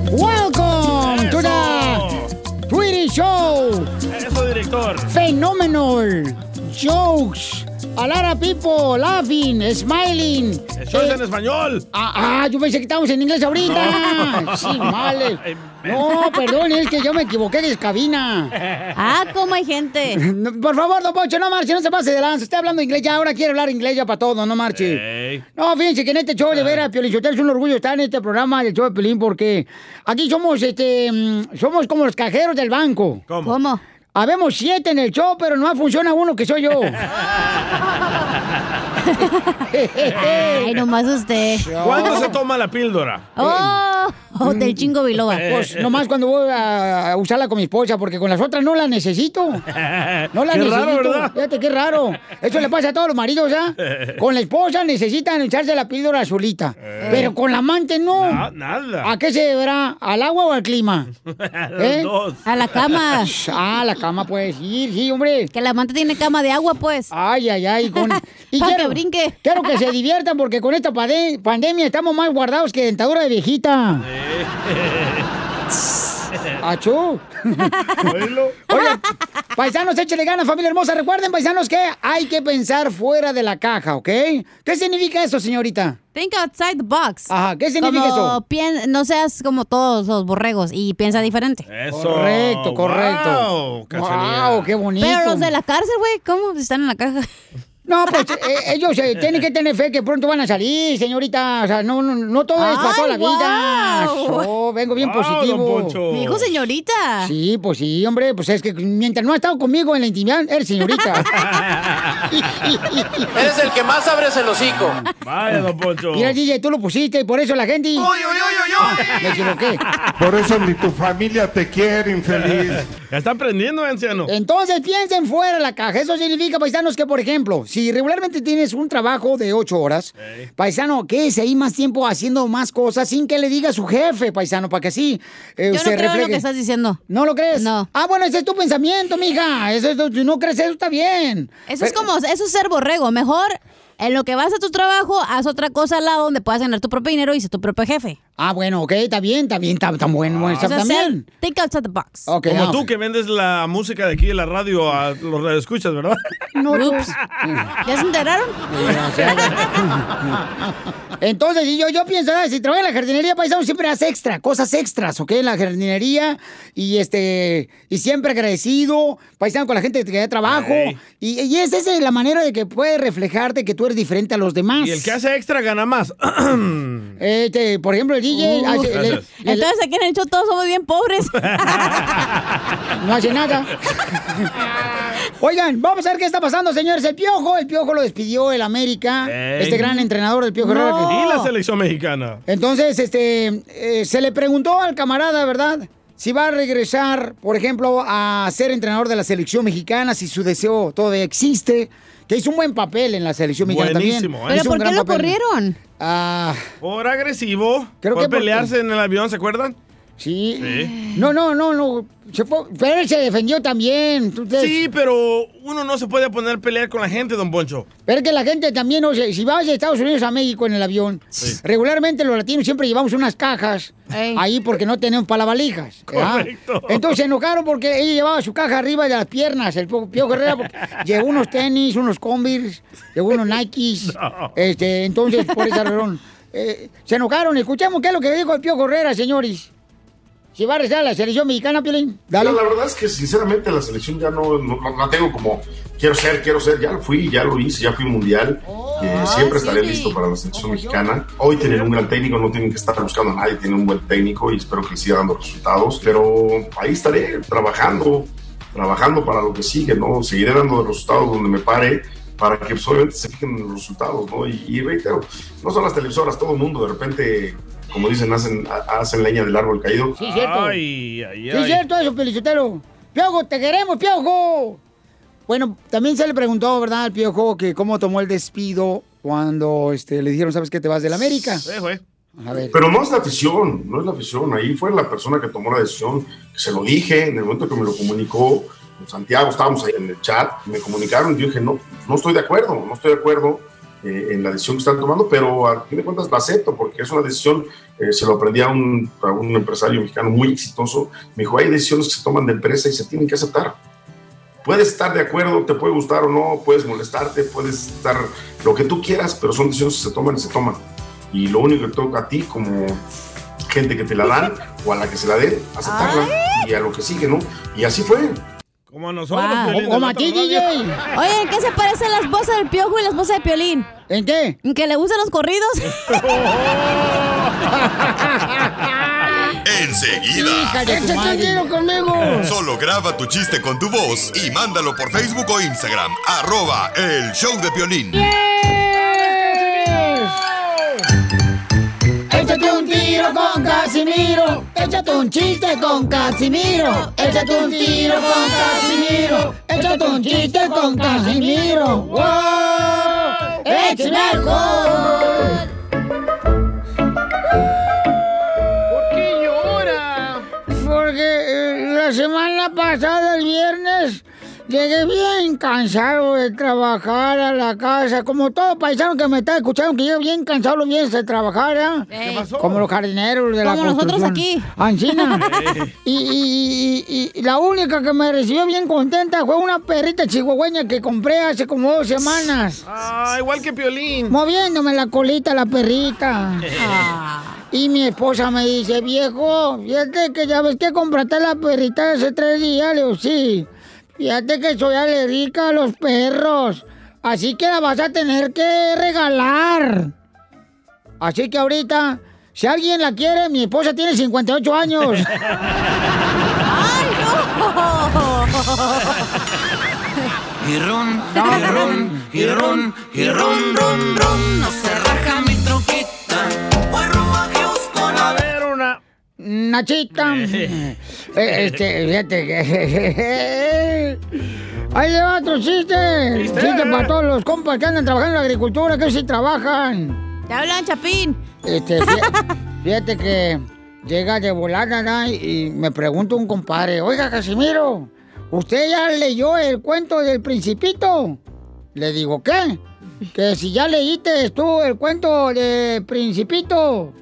phenomenal jokes. Alara people, laughing, smiling. Eh, Eso es en español. Ah, ah, yo pensé que estábamos en inglés ahorita. No. Sí, males. No, perdón, es que yo me equivoqué de cabina. Ah, cómo hay gente. Por favor, don Pocho, no marche, no se pase de lanza. Está hablando inglés ya, ahora quiere hablar inglés ya para todo, no marche. Eh, No, fíjense que en este show de veras, Piolín Sotelo, es un orgullo estar en este programa del show de Pelín porque aquí somos, este, mm, somos como los cajeros del banco. ¿Cómo? Habemos siete en el show, pero no funciona uno que soy yo. Ay, nomás usted. ¿Cuándo se toma la píldora? ¡Oh! oh, del chingo biloba. Pues nomás cuando voy a usarla con mi esposa, porque con las otras no la necesito. No la Qué necesito. raro, ¿verdad? Fíjate qué raro. Eso le pasa a todos los maridos, ¿ah? Con la esposa necesitan echarse la píldora solita. Pero con la amante no. Eh. Na- nada. ¿A qué se deberá? ¿Al agua o al clima? Los ¿Eh? dos. Ah, a la cama puedes ir, sí, hombre. Que la amante tiene cama de agua, pues. Ay, ay, ay. Con... Pa' que brinque. Quiero que se diviertan porque con esta pade- pandemia estamos más guardados que dentadura de viejita. ¡Achú! Oiga, paisanos, échale ganas, familia hermosa. Recuerden, paisanos, que hay que pensar fuera de la caja, ¿ok? ¿Qué significa eso, señorita? Think outside the box. Ajá, Ah, ¿qué significa Como eso? Ah. pien- no seas como todos los borregos y piensa diferente. Eso. Correcto, correcto. Wow, Casimiro. Wow, Ah, oh, qué bonito. Pero los de la cárcel, güey, ¿cómo están en la caja? No, pues eh, ellos eh, tienen que tener fe que pronto van a salir, señorita. O sea, no, no, no todo es para toda la Ay, vida. guau. Yo vengo bien Guau, positivo. don Poncho. Mi hijo, señorita. Sí, pues sí, hombre, pues es que mientras no ha estado conmigo en la intimidad, eres señorita. Eres el que más abres el hocico. Vaya, don Poncho. Mira, DJ, tú lo pusiste y por eso la gente... ¡Uy, uy, uy, uy! Me equivoqué. Por eso ni tu familia te quiere, infeliz. Ya está aprendiendo, anciano. Entonces piensen fuera de la caja. Eso significa, paisanos, que por ejemplo, si regularmente tienes un trabajo de ocho horas, paisano, ¿qué es ahí más tiempo haciendo más cosas sin que le diga a su jefe, paisano, para que así eh, Yo no se creo en lo refleje? que estás diciendo. ¿No lo crees? No. Ah, bueno, ese es tu pensamiento, mija. Eso es, tu- si no crees, eso está bien. Eso es Pero- como, eso es ser borrego. Mejor en lo que vas a tu trabajo, haz otra cosa al lado donde puedas ganar tu propio dinero y ser tu propio jefe. Ah. Ah, bueno, ok, está bien, está bien, está tan bueno. O sea, también. ser- think outside the box. Ok, Como ah, tú ok. que vendes la música de aquí de la radio a los radioescuchas, ¿verdad? No, Ups. ¿Ya se enteraron? Entonces, y yo, yo pienso, ah, si trabajas en la jardinería, paisano, siempre haz extra, cosas extras, ¿ok? En la jardinería y este y siempre agradecido, paisano, con la gente que te da trabajo. Ey. Y, y esa es la manera de que puede reflejarte que tú eres diferente a los demás. Y el que hace extra gana más. Este, por ejemplo, el DJ Uh. hace- le- Gracias. le- Entonces aquí en el show todos somos bien pobres. no hace nada. Oigan, vamos a ver qué está pasando, señores. El Piojo, el Piojo lo despidió el América, Ey. este gran entrenador del Piojo Herrera que- Y la selección mexicana. Entonces, este, eh, se le preguntó al camarada, ¿verdad? Si va a regresar, por ejemplo, a ser entrenador de la selección mexicana, si su deseo todavía existe, que hizo un buen papel en la selección mexicana Buenísimo, ¿eh? también. ¿Pero Hizo un por qué gran lo papel. corrieron? Ah, Por agresivo. Creo por que porque- pelearse en el avión, ¿se acuerdan? sí. Sí. No, no, no, no. Se fue- pero él se defendió también. tú te- Sí, pero uno no se puede poner a pelear con la gente, don Poncho. Pero es que la gente también, o sea, si vas de Estados Unidos a México en el avión, regularmente los latinos siempre llevamos unas cajas Ey. ahí porque no tenemos palabalijas. Correcto. Entonces se enojaron porque ella llevaba su caja arriba de las piernas, el Pio Pio Herrera, porque llevó unos tenis, unos Converse, llevó unos Nikes. No. Este, entonces, por esa razón. eh, se enojaron, escuchemos qué es lo que dijo el Pio Herrera, señores. Si va a rezar la selección mexicana, Piolín, dale. La, la verdad es que sinceramente la selección ya no, no- no- no tengo como quiero ser, quiero ser, ya lo fui, ya lo hice, ya fui mundial. Oh, Eh, siempre estaré listo para la selección mexicana. Hoy tener un gran técnico, no tienen que estar buscando a nadie, tienen un buen técnico y espero que le siga dando resultados. Pero ahí estaré trabajando, trabajando para lo que sigue, ¿no? Seguiré dando resultados donde me pare para que pues, obviamente se fijen en los resultados, ¿no? Y, y reitero, no son las televisoras, todo el mundo de repente, como dicen, hacen, hacen leña del árbol caído. Sí, cierto. Ay, ay, Sí, es ay. cierto eso, Felicitero. Piojo, te queremos, Piojo. Bueno, también se le preguntó, ¿verdad, al Piojo, que cómo tomó el despido cuando este, le dijeron, ¿sabes que te vas del América? Eh, güey. A ver. Pero no es la afición, no es la afición. Ahí fue la persona que tomó la decisión. que Se lo dije en el momento que me lo comunicó. con Santiago, estábamos ahí en el chat, me comunicaron y yo dije, no, no estoy de acuerdo, no estoy de acuerdo eh, en la decisión que están tomando, pero a fin de cuentas la acepto porque es una decisión, eh, se lo aprendí a un, a un empresario mexicano muy exitoso, me dijo, hay decisiones que se toman de empresa y se tienen que aceptar. Puedes estar de acuerdo, te puede gustar o no, puedes molestarte, puedes estar lo que tú quieras, pero son decisiones que se toman y se toman. Y lo único que toca a ti como gente que te la dan o a la que se la den, aceptarla y a lo que sigue, ¿no? Y así fue. Como a nosotros. Wow. Piolín, Ah, Como del a ti, otro DJ. radio. Oye, ¿en qué se parecen la esposa del piojo y la esposa de piolín? ¿En qué? ¿En que le gustan los corridos? Enseguida. ¡Échate un tiro conmigo! Solo graba tu chiste con tu voz y mándalo por Facebook o Instagram. Arroba el show de violín. Échate un tiro con Casimiro. Échate un chiste con Casimiro. Échate un tiro con Casimiro. Échate un chiste con Casimiro. ¡Wow! ¡Échame alcohol! ¿Por qué llora? Porque eh, la semana pasada, el viernes, llegué bien cansado de trabajar a la casa. Como todo paisano que me está escuchando, que yo bien cansado los viernes de trabajar, ¿ah? Ey. Como los jardineros de la Como nosotros construcción. aquí. Ancina. y, y- y- y- y la única que me recibió bien contenta fue una perrita chihuahueña que compré hace como dos semanas. Ah, igual que Piolín. Moviéndome la colita la perrita. Ah. Y mi esposa me dice, viejo, fíjate que ya ves que compraste la perrita hace tres días. Le digo, sí. Fíjate que soy alérgica a los perros. Así que la vas a tener que regalar. Así que ahorita, si alguien la quiere, mi esposa tiene 58 años. ¡Ay, no! Y ron, No. y ron, y ron, y ron, ron, ron, no se raja mi troquita. Voy rumbo a Houston a A ver. ver, una. Nachita. Eh, este, fíjate que. Ahí le va otro chiste. Chiste. Chiste para todos los compas que andan trabajando en la agricultura, que sí trabajan. ¡Te hablan, Chapín! Este, fí- fíjate que llega de volada ¿no? y y me pregunta un compadre: Oiga, Casimiro, ¿usted ya leyó el cuento del Principito? Le digo: ¿Qué? Que si ya leíste tú el cuento del Principito.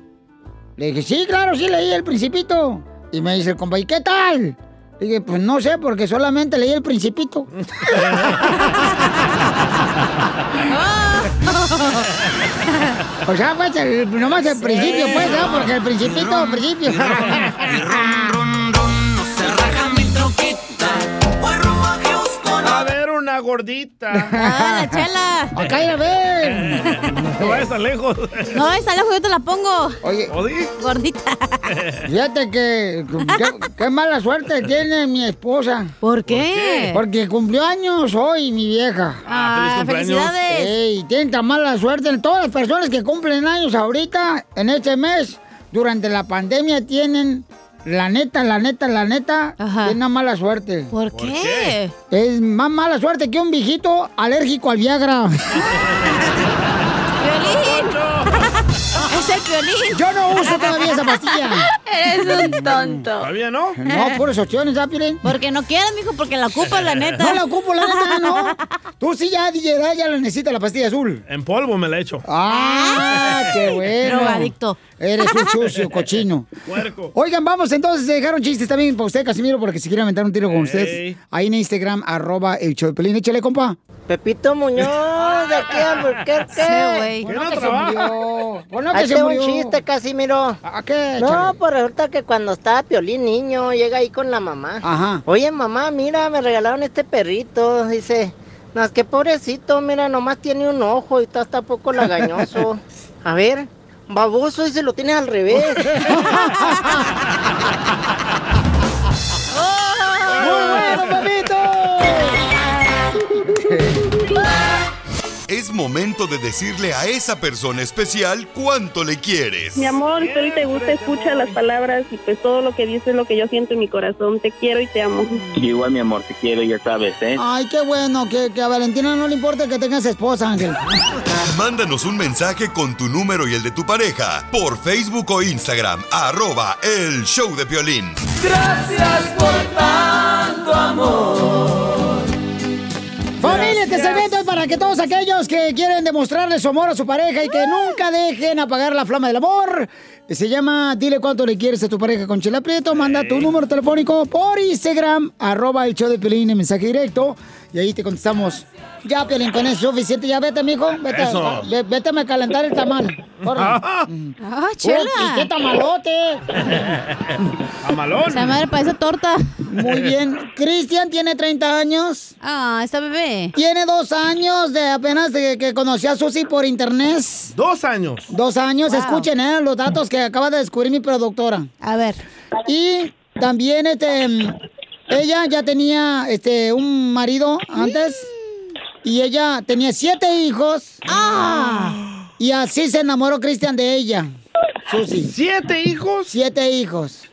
Le dije, sí, claro, sí leí El Principito. Y me dice el compa, ¿y qué tal? Le dije, pues no sé, porque solamente leí El Principito. Ah. o sea, pues, el- nomás el principio, pues, ¿no? Porque el principito, el principio. Y ron, ron, ron, no se raja mi troquita. Voy rumbo a Houston a A ver. ver, una gordita. ¡Ah, la chela! Acá ir a ver. No vayas tan lejos. No, está lejos, yo te la pongo. Oye, ¿Odi? Gordita. fíjate que, qué- qué mala suerte tiene mi esposa. ¿Por qué? Porque cumplió años hoy, mi vieja. Ah, Ah, feliz cumpleaños. felicidades. Ey, tienen tan mala suerte. Todas las personas que cumplen años ahorita, en este mes, durante la pandemia, tienen, la neta, la neta, la neta, Ajá. tienen una mala suerte. ¿Por, ¿Por qué? qué? Es más mala suerte que un viejito alérgico al Viagra. ¡Piolín! ¡Es el piolín! Yo no uso todavía esa pastilla. Eres un tonto. ¿Todavía no? No, puras opciones, ¿ya, Piolín? Porque no quieres, mijo, porque la ocupas, la No la neta. ocupo, la neta, no. Tú sí ya, DJ, ya, la necesitas, la pastilla azul. En polvo me la he hecho. Ah, qué bueno. Drogadicto. Eres un sucio, cochino. Puerco. Oigan, vamos entonces, dejaron chistes también para usted, Casimiro, porque si quiere aventar un tiro con usted, Ey. ahí en Instagram, arroba el show de Pelín. Échale, compa. Pepito Muñoz, de aquí a Sí, Alburquerque. güey. ¿Qué Bueno, no que se trabaja? murió. Bueno, que Ahí se tengo un murió. chiste, Casimiro. ¿A qué? No, Échale. pues resulta que cuando estaba Piolín niño, llega ahí con la mamá. Ajá. Oye, mamá, mira, me regalaron este perrito. Dice, no, es que pobrecito, mira, nomás tiene un ojo y está hasta poco lagañoso. A ver, baboso, dice, lo tienes al revés. ¡Muy bueno, Pepito! Es momento de decirle a esa persona especial cuánto le quieres. Mi amor, si hoy te gusta, escucha las palabras y pues todo lo que dices es lo que yo siento en mi corazón. Te quiero y te amo. Igual, mi amor, te quiero, ya sabes, ¿eh? Ay, qué bueno, que, que a Valentina no le importa que tengas esposa, Ángel. Mándanos un mensaje con tu número y el de tu pareja por Facebook o Instagram. Arroba el show de violín. Familia, este segmento es para que todos aquellos que quieren demostrarle su amor a su pareja y que Ah. nunca dejen apagar la flama del amor. Se llama Dile cuánto le quieres a tu pareja con Chela Prieto. Manda tu número telefónico por Instagram, arroba el show de Pelín en mensaje directo. Y ahí te contestamos. Ya, Pelín, con eso es suficiente. Ya vete, mijo. Vete, Eso. a, ve- vete a calentar el tamal. Corre. ¡Ah, Chela! Uy, ¡Qué tamalote! Amalón. Esa madre para esa torta. Muy bien. Cristian tiene 30 años. Ah, está bebé. Tiene dos años de apenas de que conocí a Susi por internet. Dos años. Dos años. Escuchen eh, los datos que acaba de descubrir mi productora. A ver. Y también este, mm, ella ya tenía este un marido antes y ella tenía siete hijos. Ah. Y así se enamoró Cristian de ella. Susi. Siete hijos. Siete hijos.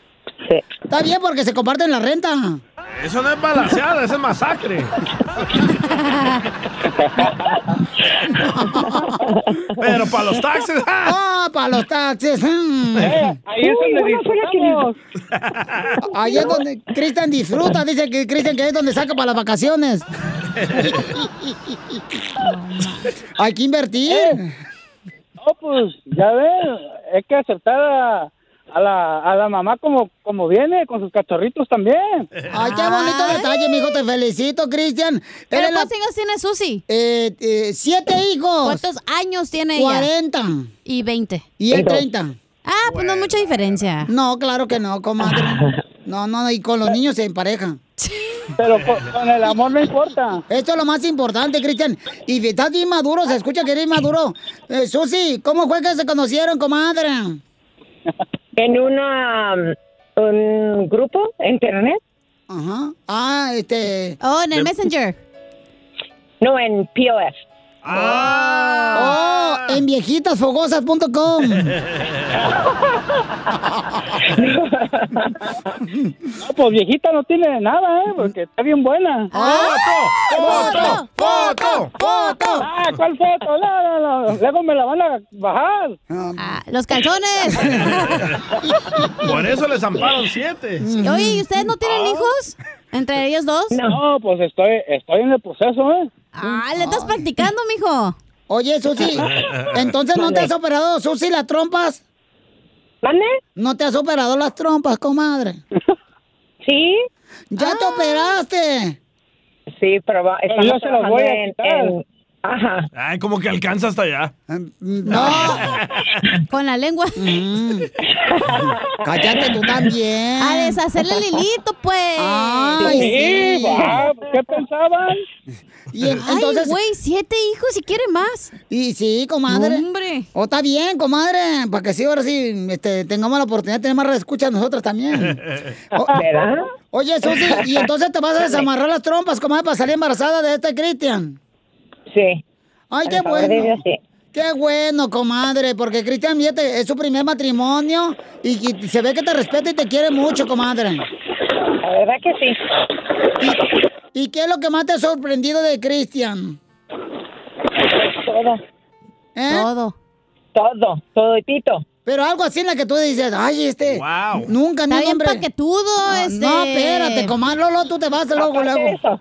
Está bien porque se comparten la renta. Eso no es balanceada, eso es masacre. Pero para los taxes. Ah, para los taxis. mm. Eh, ahí es Uy, donde bueno, fue la que disfrutamos. Ahí es donde Cristian disfruta. Dice que Cristian que ahí es donde saca para las vacaciones. Hay que invertir. Eh. No, pues ya ves, hay que aceptar a, a la, a la mamá como, como viene, con sus cachorritos también. Ay, qué Ah. bonito detalle, mijo. Te felicito, Cristian. ¿Pero Eres la- cuántos años tiene Susi? Eh, siete hijos. ¿Cuántos años tiene ella? 40. Y 20. Y él 30. Ah, pues no es mucha diferencia. No, claro que no, comadre. No, no, y con los niños en pareja. Pero con, el amor no importa. Esto es lo más importante, Cristian. Y estás bien maduro, se escucha que eres maduro. Eh, Susi, ¿cómo fue que se conocieron, comadre? En una, um, un grupo, internet. Ajá. Ah, este. Oh, en el Messenger. No, en POF. Oh, en viejitasfogosas.com. No, pues viejita no tiene nada, ¿eh? Porque está bien buena. Ah, ¡Foto! ¡Foto! ¡Foto! Ah, ¿cuál foto? No, no, no. Luego me la van a bajar. Ah. Ah, ¡Los calzones! Por eso les amparon siete. Oye, ¿y ustedes no tienen hijos? ¿Entre ellos dos? No, pues estoy, estoy en el proceso, ¿eh? Ah, le estás practicando, mijo. Oye, Susi, entonces no te has operado, Susi, las trompas. ¿Mande? No te has operado las trompas, comadre. Sí. Ya te operaste. Sí, pero va- Pero estamos yo se los trabajando voy a en- quitar. en- Ajá. Ay, como que alcanza hasta allá. Ah, Con la lengua. Mm. Cállate tú también. A deshacerle el hilito, pues. Ay, sí. Sí, va, ¿Qué pensaban? Y en- entonces- Ay, güey, siete hijos y quiere más. Y sí, comadre. Hombre. O está bien, comadre, para que sí, ahora sí este, tengamos la oportunidad de tener más escucha nosotros también. O- ¿Verdad? Oh, Oye, Susi, ¿y entonces te vas a desamarrar las trompas, comadre, para salir embarazada de este Cristian? Sí. Ay, qué Por favor, bueno. dime, sí. Qué bueno, comadre, porque Cristian fíjate, es su primer matrimonio y, y se ve que te respeta y te quiere mucho, comadre. La verdad que sí. ¿Y qué es lo que más te ha sorprendido de Cristian? ¿Eh? Todo. Todo. Todo, todo tito. Pero algo así en la que tú dices, ay, este, nunca ni Está un bien hombre... paquetudo, No, este. No, espérate, comadre, Lolo, tú te vas luego, Aparte de luego. eso.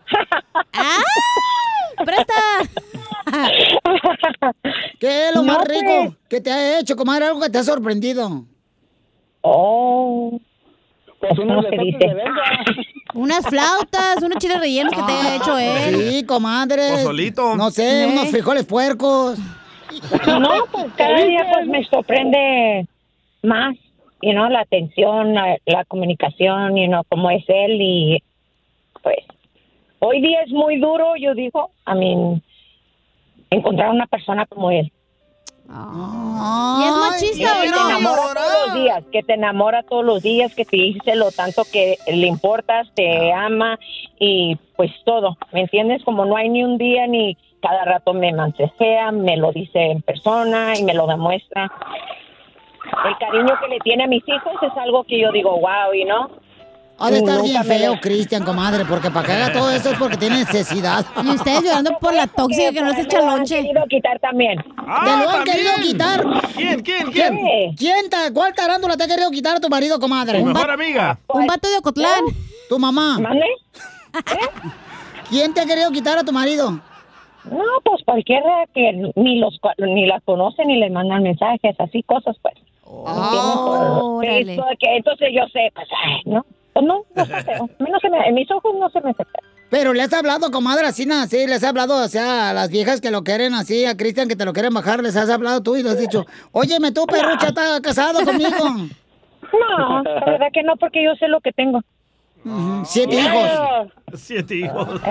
¿Qué es lo No, más pues. rico que te ha hecho, comadre? Algo que te ha sorprendido. Oh. Pues ¿cómo se dice? Unas flautas, unos chiles rellenos que te haya hecho él. Ah, Sí, comadre. Pozolito. No sé, ¿Eh? unos frijoles puercos. No, pues cada día pues me sorprende más, y no la atención, la, la comunicación, y no cómo es él y pues hoy día es muy duro, yo digo, a mí encontrar una persona como él. ¿Y es machista Que o te enamora no? todos los días, que te enamora todos los días, que te dice lo tanto que le importas, te ama y pues todo, ¿me entiendes? Como no hay ni un día ni cada rato me mansejea, me lo dice en persona y me lo demuestra. El cariño que le tiene a mis hijos es algo que yo digo, wow, ¿y no? Ha de estar Nunca bien me feo, lo- Cristian, comadre, porque para que haga todo eso es porque tiene necesidad. Y ustedes llorando por la tóxica que no se echa Me lo han lonche. querido quitar también. ¿Te lo han querido quitar? Ah, ¿Quién, quién, ¿Quién? quién? ¿Quién ta- ¿Cuál tarándula te ha querido quitar tu marido, comadre? Tu mejor amiga. Un vato de Ocotlán. ¿Tu mamá? ¿Mande? ¿Quién te ha querido quitar a tu marido? No, pues cualquiera que ni los ni las conoce ni le mandan mensajes, así cosas pues. ¿Entiendes? Por órale. Facebook, que entonces yo sé, pues, ay, no, Pues no, no está feo. A mí no se me- en mis ojos no se me acepta. Pero les ha hablado, comadre, así, nada, sí, les ha hablado, o sea, a las viejas que lo quieren así, a Cristian que te lo quieren bajar, les has hablado tú y les has dicho, óyeme tú, perrucha, está casado conmigo. No, la verdad que no, porque yo sé lo que tengo. Siete hijos. Siete hijos.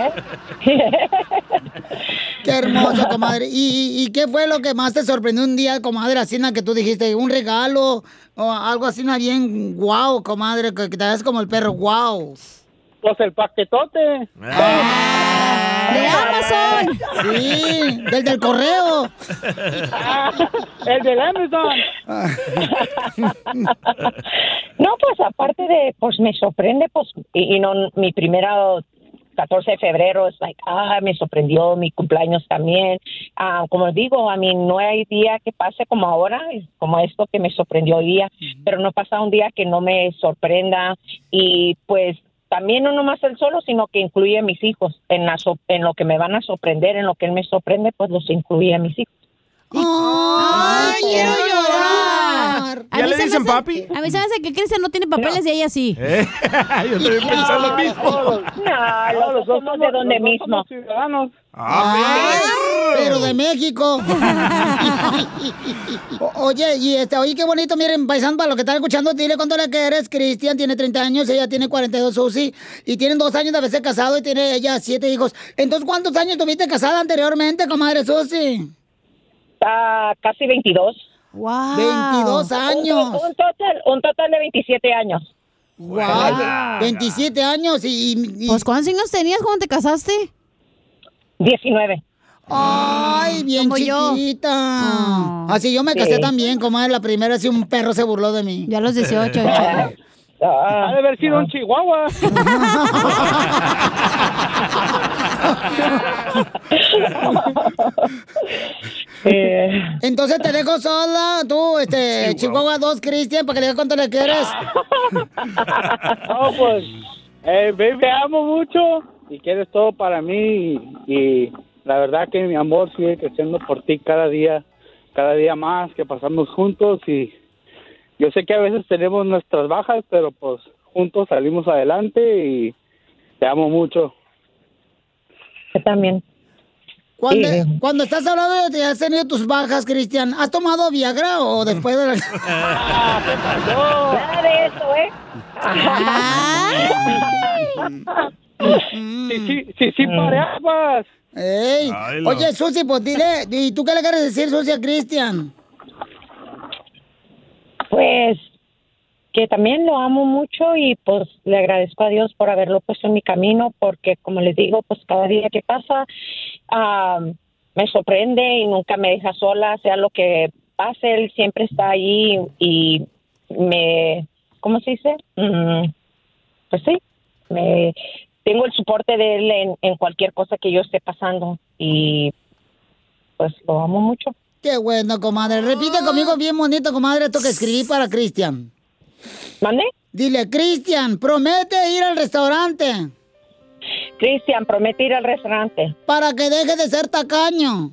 ¿Eh? Qué hermoso, comadre. ¿Y, y, y qué fue lo que más te sorprendió un día, comadre, así, na, que tú dijiste, un regalo o algo así, na, bien guau, comadre, que que te hagas como el perro guau? Pues el paquetote. ¡De Amazon! Sí, del del correo. el del Amazon. No, pues aparte de, pues me sorprende, pues, y, y no, mi primera 14 de febrero es like, ah, me sorprendió, mi cumpleaños también. Ah, como digo, a mí no hay día que pase como ahora, como esto que me sorprendió hoy día, pero no pasa un día que no me sorprenda y pues también no nomás el solo, sino que incluye a mis hijos en, la so- en lo que me van a sorprender, en lo que él me sorprende, pues los incluye a mis hijos. ¡Ay, quiero llorar! ¿Ya le dicen papi? A mí se me hace que Cristian no tiene papeles y ella sí. Eh, Yo estoy pensando lo mismo. No, los, dos somos de donde mismo. Ah, Pero de México. O- oye, y este, oye, qué bonito, miren, paisano, para lo que están escuchando, dile cuánto le quieres. Cristian tiene 30 años, ella tiene 42, Susi, y tienen dos años de haberse casado y tiene ella siete hijos. Entonces, ¿cuántos años tuviste casada anteriormente, comadre Susi? Ah, casi 22. ¡Wow! 22 años. Ah, Un, un total, un total de 27 años. ¡Wow! 27 años y... Pues, ¿cuántos años tenías cuando te casaste? Ah. 19. Ay, bien Como yo. Ah. chiquita. Así yo me casé Sí. también, comadre, la primera, si un perro se burló de mí. Ya a los 18, chavo. Ha de haber sido un chihuahua. Entonces te dejo sola, tú, este, Chihuahua 2, Cristian, para que le digas cuánto le quieres. No, pues, eh, baby, te amo mucho y que eres todo para mí y, y la verdad que mi amor sigue creciendo por ti cada día, cada día más que pasamos juntos y yo sé que a veces tenemos nuestras bajas, pero pues juntos salimos adelante y te amo mucho. Yo también. Cuando, Sí. cuando estás hablando de que has tenido tus bajas, Cristian, ¿has tomado Viagra Mm. o después de la... Nada Ah, de eso, ¿eh? Sí, sí, sí, Mm. sí, pareaguas. Ey. Ay, la- Oye, Susi, pues dile, ¿y tú qué le quieres decir, Susi, a Cristian? Pues que también lo amo mucho y pues le agradezco a Dios por haberlo puesto en mi camino porque como les digo, pues cada día que pasa ah, me sorprende y nunca me deja sola, sea lo que pase, él siempre está ahí y me, ¿cómo se dice? Mm, pues sí, me, tengo el soporte de él en, en cualquier cosa que yo esté pasando y pues lo amo mucho. Qué bueno, comadre. Repite conmigo bien bonito, comadre, esto que escribí para Cristian. ¿Mande? Dile, Cristian, promete ir al restaurante. Cristian, promete ir al restaurante. Para que deje de ser tacaño.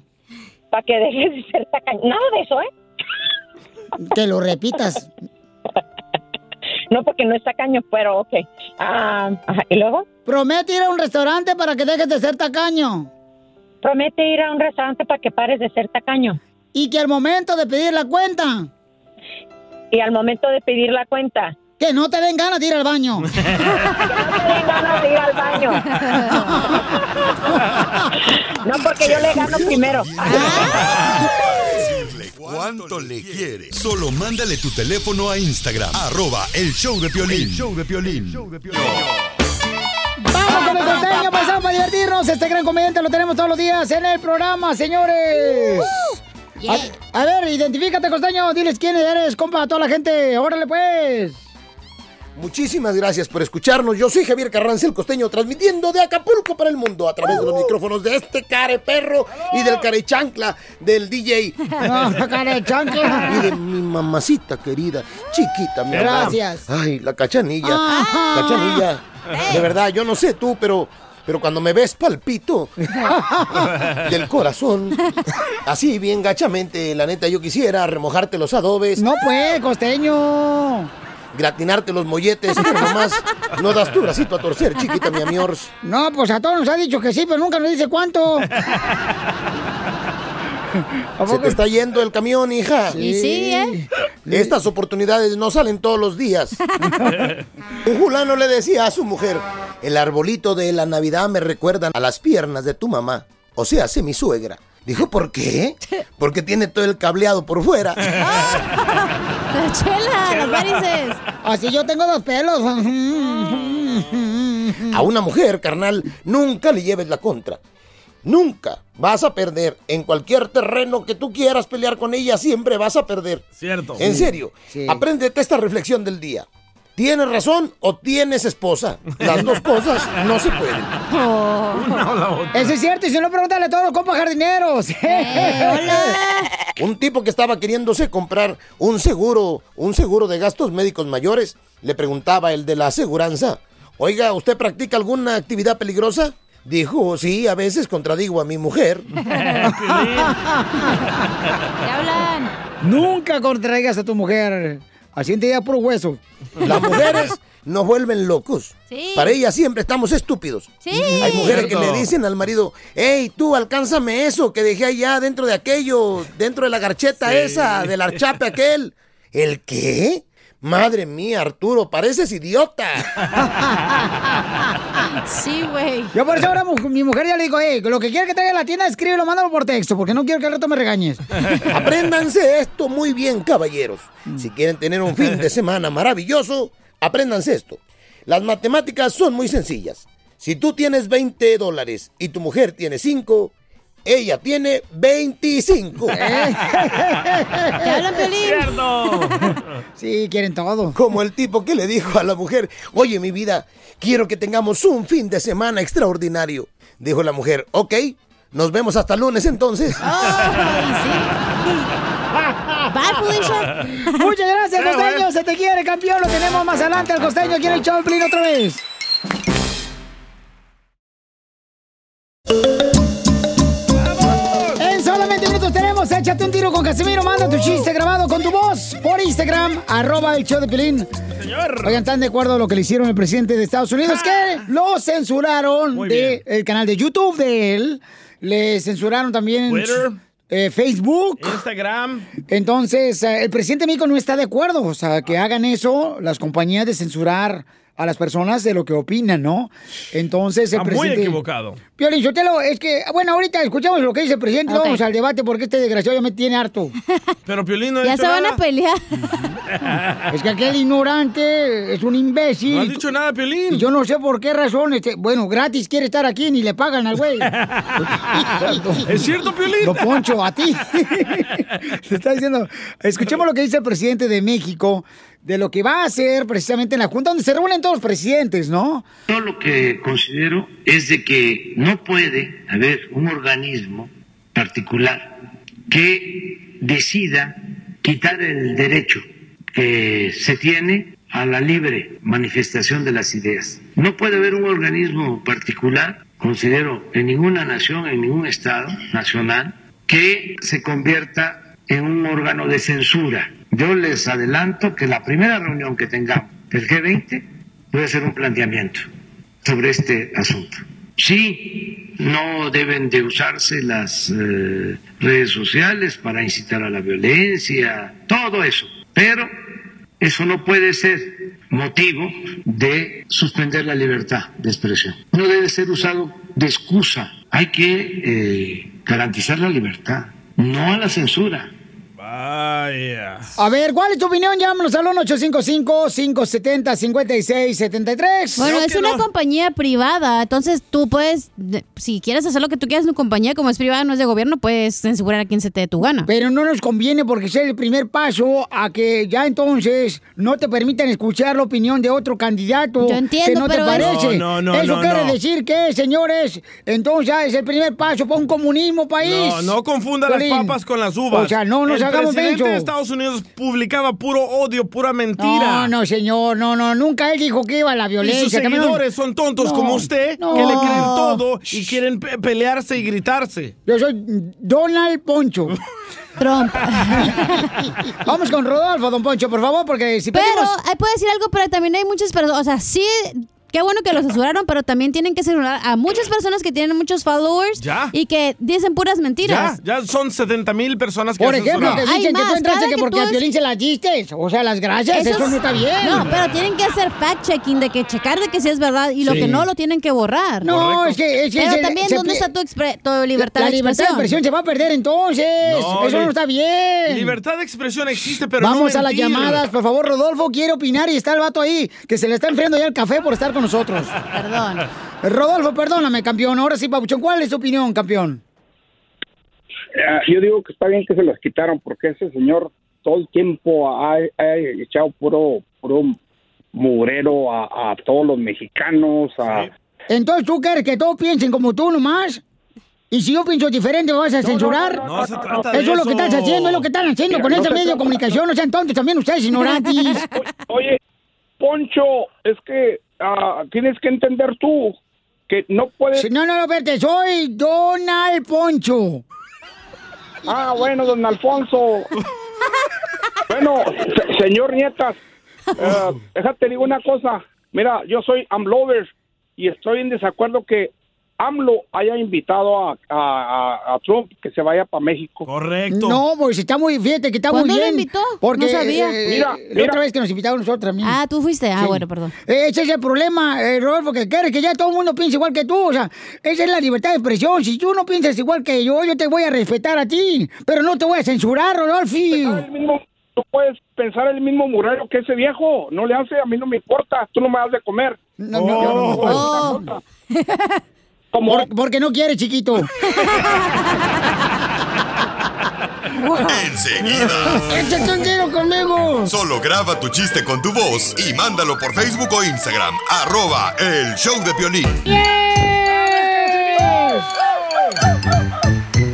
Para que deje de ser tacaño. Nada de eso, ¿eh? Que lo repitas. No, porque no es tacaño, pero ok. Ah, ajá, ¿Y luego? Promete ir a un restaurante para que dejes de ser tacaño. Promete ir a un restaurante para que pares de ser tacaño. Y que al momento de pedir la cuenta. Y al momento de pedir la cuenta. Que no te den ganas de ir al baño. Tengo ganas de ir al baño. No, porque yo le gano primero. Dile cuánto le quieres. Solo mándale tu teléfono a Instagram. Arroba el show de Piolín. show de Piolín. Vamos con el costeño, pasamos para divertirnos. Este gran comediante lo tenemos todos los días en el programa, señores. Uh-huh. Yeah. a, a ver, identifícate, costeño. Diles quién eres, compa, a toda la gente. Órale, pues. Muchísimas gracias por escucharnos. Yo soy Javier Carranza el Costeño, transmitiendo de Acapulco para el mundo a través de Uh. los micrófonos de este care perro y del care chancla del Ah, DJ. No, care chancla. Y de mi mamacita querida, chiquita, mi amor. Gracias. Ay, la cachanilla. Ah. Cachanilla. De verdad, yo no sé tú, pero Pero cuando me ves palpito del corazón, así bien gachamente, la neta, yo quisiera remojarte los adobes. No puede, costeño. Gratinarte los molletes, pero nomás no das tu bracito a torcer, chiquita, mi amor. No, pues a todos nos ha dicho que sí, pero nunca nos dice cuánto. Se te está yendo el camión, hija. Y sí, ¿eh? Estas oportunidades no salen todos los días. Un fulano le decía a su mujer, el arbolito de la Navidad me recuerda a las piernas de tu mamá, o sea, hace mi suegra. Dijo, ¿por qué? Porque tiene todo el cableado por fuera. La chela, las varices. Así yo tengo dos pelos. A una mujer, carnal, nunca le lleves la contra. Nunca vas a perder. En cualquier terreno que tú quieras pelear con ella, siempre vas a perder. Cierto. En serio, Sí. apréndete esta reflexión del día. ¿Tienes razón o tienes esposa? Las dos cosas no se pueden. Oh. Eso es cierto, y si no, pregúntale a todos los compas jardineros. Un tipo que estaba queriéndose comprar un seguro, un seguro de gastos médicos mayores, le preguntaba el de la aseguranza, oiga, ¿usted practica alguna actividad peligrosa? Dijo, sí, a veces contradigo a mi mujer. Nunca contraigas a tu mujer. Así te llega por hueso. Las mujeres nos vuelven locos. Sí. Para ellas siempre estamos estúpidos. Sí. Hay mujeres que Cierto. le dicen al marido, hey, tú alcánzame eso que dejé allá dentro de aquello, dentro de la garcheta esa, del archape aquel. ¿El qué? Madre mía, Arturo, pareces idiota. Sí, güey. Yo por eso ahora mu- mi mujer ya le digo, hey, lo que quiera que traiga a la tienda, escríbelo, mándalo por texto, porque no quiero que al rato me regañes. Apréndanse esto muy bien, caballeros. Si quieren tener un fin de semana maravilloso, apréndanse esto. Las matemáticas son muy sencillas. Si tú tienes 20 dólares y tu mujer tiene 5, ella tiene 25. ¿Te hablan, Piolín? Cierto. Sí, quieren todo. Como el tipo que le dijo a la mujer, oye mi vida, quiero que tengamos un fin de semana extraordinario. Dijo la mujer, ok, nos vemos hasta lunes entonces. Bye, Felicia. Muchas gracias, Eh, costeño. Se te quiere, campeón. Lo tenemos más adelante al costeño. Quiere el show, Piolín, otra vez. En solamente minutos tenemos Échate un tiro con Casimiro. Manda tu chiste grabado con tu voz por Instagram, arroba el show de Pilín. Señor. Oigan, ¿están de acuerdo a lo que le hicieron el presidente de Estados Unidos? Ah. Que lo censuraron del canal de YouTube de él. Le censuraron también Twitter. eh, Facebook. Instagram. Entonces, eh, el presidente de México no está de acuerdo. O sea, Ah. que hagan eso las compañías de censurar a las personas de lo que opinan, ¿no? Entonces, el Está muy presidente... equivocado. Piolín, yo te lo, es que, bueno, ahorita escuchamos lo que dice el presidente, Ok. vamos al debate porque este desgraciado ya me tiene harto. Pero Piolín no ha Ya dicho se van nada. a pelear. Es que aquel ignorante es un imbécil. No has dicho nada, Piolín. Yo no sé por qué razón, este, bueno, gratis quiere estar aquí, ni le pagan al güey. ¿Es cierto, Piolín? Lo poncho, a ti. Se está diciendo, escuchemos lo que dice el presidente de México de lo que va a hacer precisamente en la Junta, donde se reúnen todos los presidentes, ¿no? Yo lo que considero es de que no puede haber un organismo particular que decida quitar el derecho que se tiene a la libre manifestación de las ideas. No puede haber un organismo particular, considero, en ninguna nación, en ningún estado nacional, que se convierta en un órgano de censura. Yo les adelanto que la primera reunión que tengamos del G20 voy a hacer un planteamiento sobre este asunto. Sí, no deben de usarse las eh, redes sociales para incitar a la violencia, todo eso, pero eso no puede ser motivo de suspender la libertad de expresión. No debe ser usado de excusa. Hay que eh, garantizar la libertad, no a la censura. Vaya. A ver, ¿cuál es tu opinión? Llámanos al 1-855-570-5673. Bueno, es una compañía privada, entonces tú puedes, de- si quieres hacer lo que tú quieras en tu compañía, como es privada, no es de gobierno, puedes censurar a quien se te dé tu gana. Pero no nos conviene porque es el primer paso a que ya entonces no te permitan escuchar la opinión de otro candidato Yo entiendo, que no pero te parece. No, no, no, Eso no, quiere no. decir que, señores, entonces ya es el primer paso para un comunismo país. No, no confunda las Piolín. papas con las uvas. O sea, no nos El haga enojamos, presidente Bencho. de Estados Unidos publicaba puro odio, pura mentira. No, no, señor, no, no, nunca él dijo que iba a la violencia. Y sus también- seguidores son tontos No, como usted, no. que le creen todo y quieren pe- pelearse y gritarse. Yo soy Donald Poncho. Trump. Vamos con Rodolfo, don Poncho, por favor, porque si Pero, pedimos- eh, puedo decir algo, pero también hay muchas personas, o sea, sí, qué bueno que lo censuraron, pero también tienen que censurar a muchas personas que tienen muchos followers Ya. y que dicen puras Ya, mentiras. ya son 70 mil personas que Por han ejemplo, que censurado. dicen que tú más, entraste cada que que porque tú a es- Piolín se las diste. O sea, las gracias, eso, es- no está bien. No, pero tienen que hacer fact-checking de que checar de que sí es verdad y lo Sí. que no lo tienen que borrar. No, Correcto. es que- es que Pero se- también, se ¿dónde pie- está tu, expre- tu libertad la de libertad de expresión se va a perder entonces. No, eso li- no está bien. Libertad de expresión existe, pero no Vamos a las mentir. llamadas, por favor, Rodolfo quiere opinar y está el vato ahí, que se le está enfriando ya el café por estar con nosotros. Perdón. Rodolfo, perdóname, campeón. Ahora sí, Pabuchón, ¿cuál es tu opinión, campeón? Ah, Yo digo que está bien que se las quitaron porque ese señor todo el tiempo ha, ha echado puro, puro murero a, a todos los mexicanos. A... Entonces, ¿tú quieres que todos piensen como tú nomás? Y si yo pienso diferente, ¿me vas a censurar? no, no, no, se trata de eso es lo que eso. estás haciendo, es lo que están haciendo Mira, con no este se medio de trata- comunicación. No sean tontos también ustedes, ignorantes. Oye, Poncho, es que ah, tienes que entender tú que no puedes... No, no, no, verte, soy Donald Poncho. Ah, bueno, don Alfonso. bueno, se- señor Nietas, eh, déjate digo una cosa. Mira, yo soy AMLover y estoy en desacuerdo que AMLO haya invitado a, a- a- a Trump que se vaya para México. Correcto. No, pues está muy, fíjate que está muy ¿Cuándo Pues lo bien. invitó? Porque, No sabía. eh, Mira, la mira. otra vez que nos invitaron nosotros también. Ah, tú fuiste. Ah, Sí. bueno, perdón. Eh, Ese es el problema, eh, Rodolfo, que quieres que ya todo el mundo piense igual que tú. O sea, esa es la libertad de expresión. Si tú no piensas igual que yo, yo te voy a respetar a ti, pero no te voy a censurar, Rodolfo. El mismo- tú puedes pensar el mismo murero que ese viejo. No le hace, a mí no me importa. Tú no me das de comer. No, no, yo no. Por- porque no quiere, chiquito. Enseguida. ¡Échate un tiro Este conmigo! Solo graba tu chiste con tu voz y mándalo por Facebook o Instagram. Arroba el show de Piolín.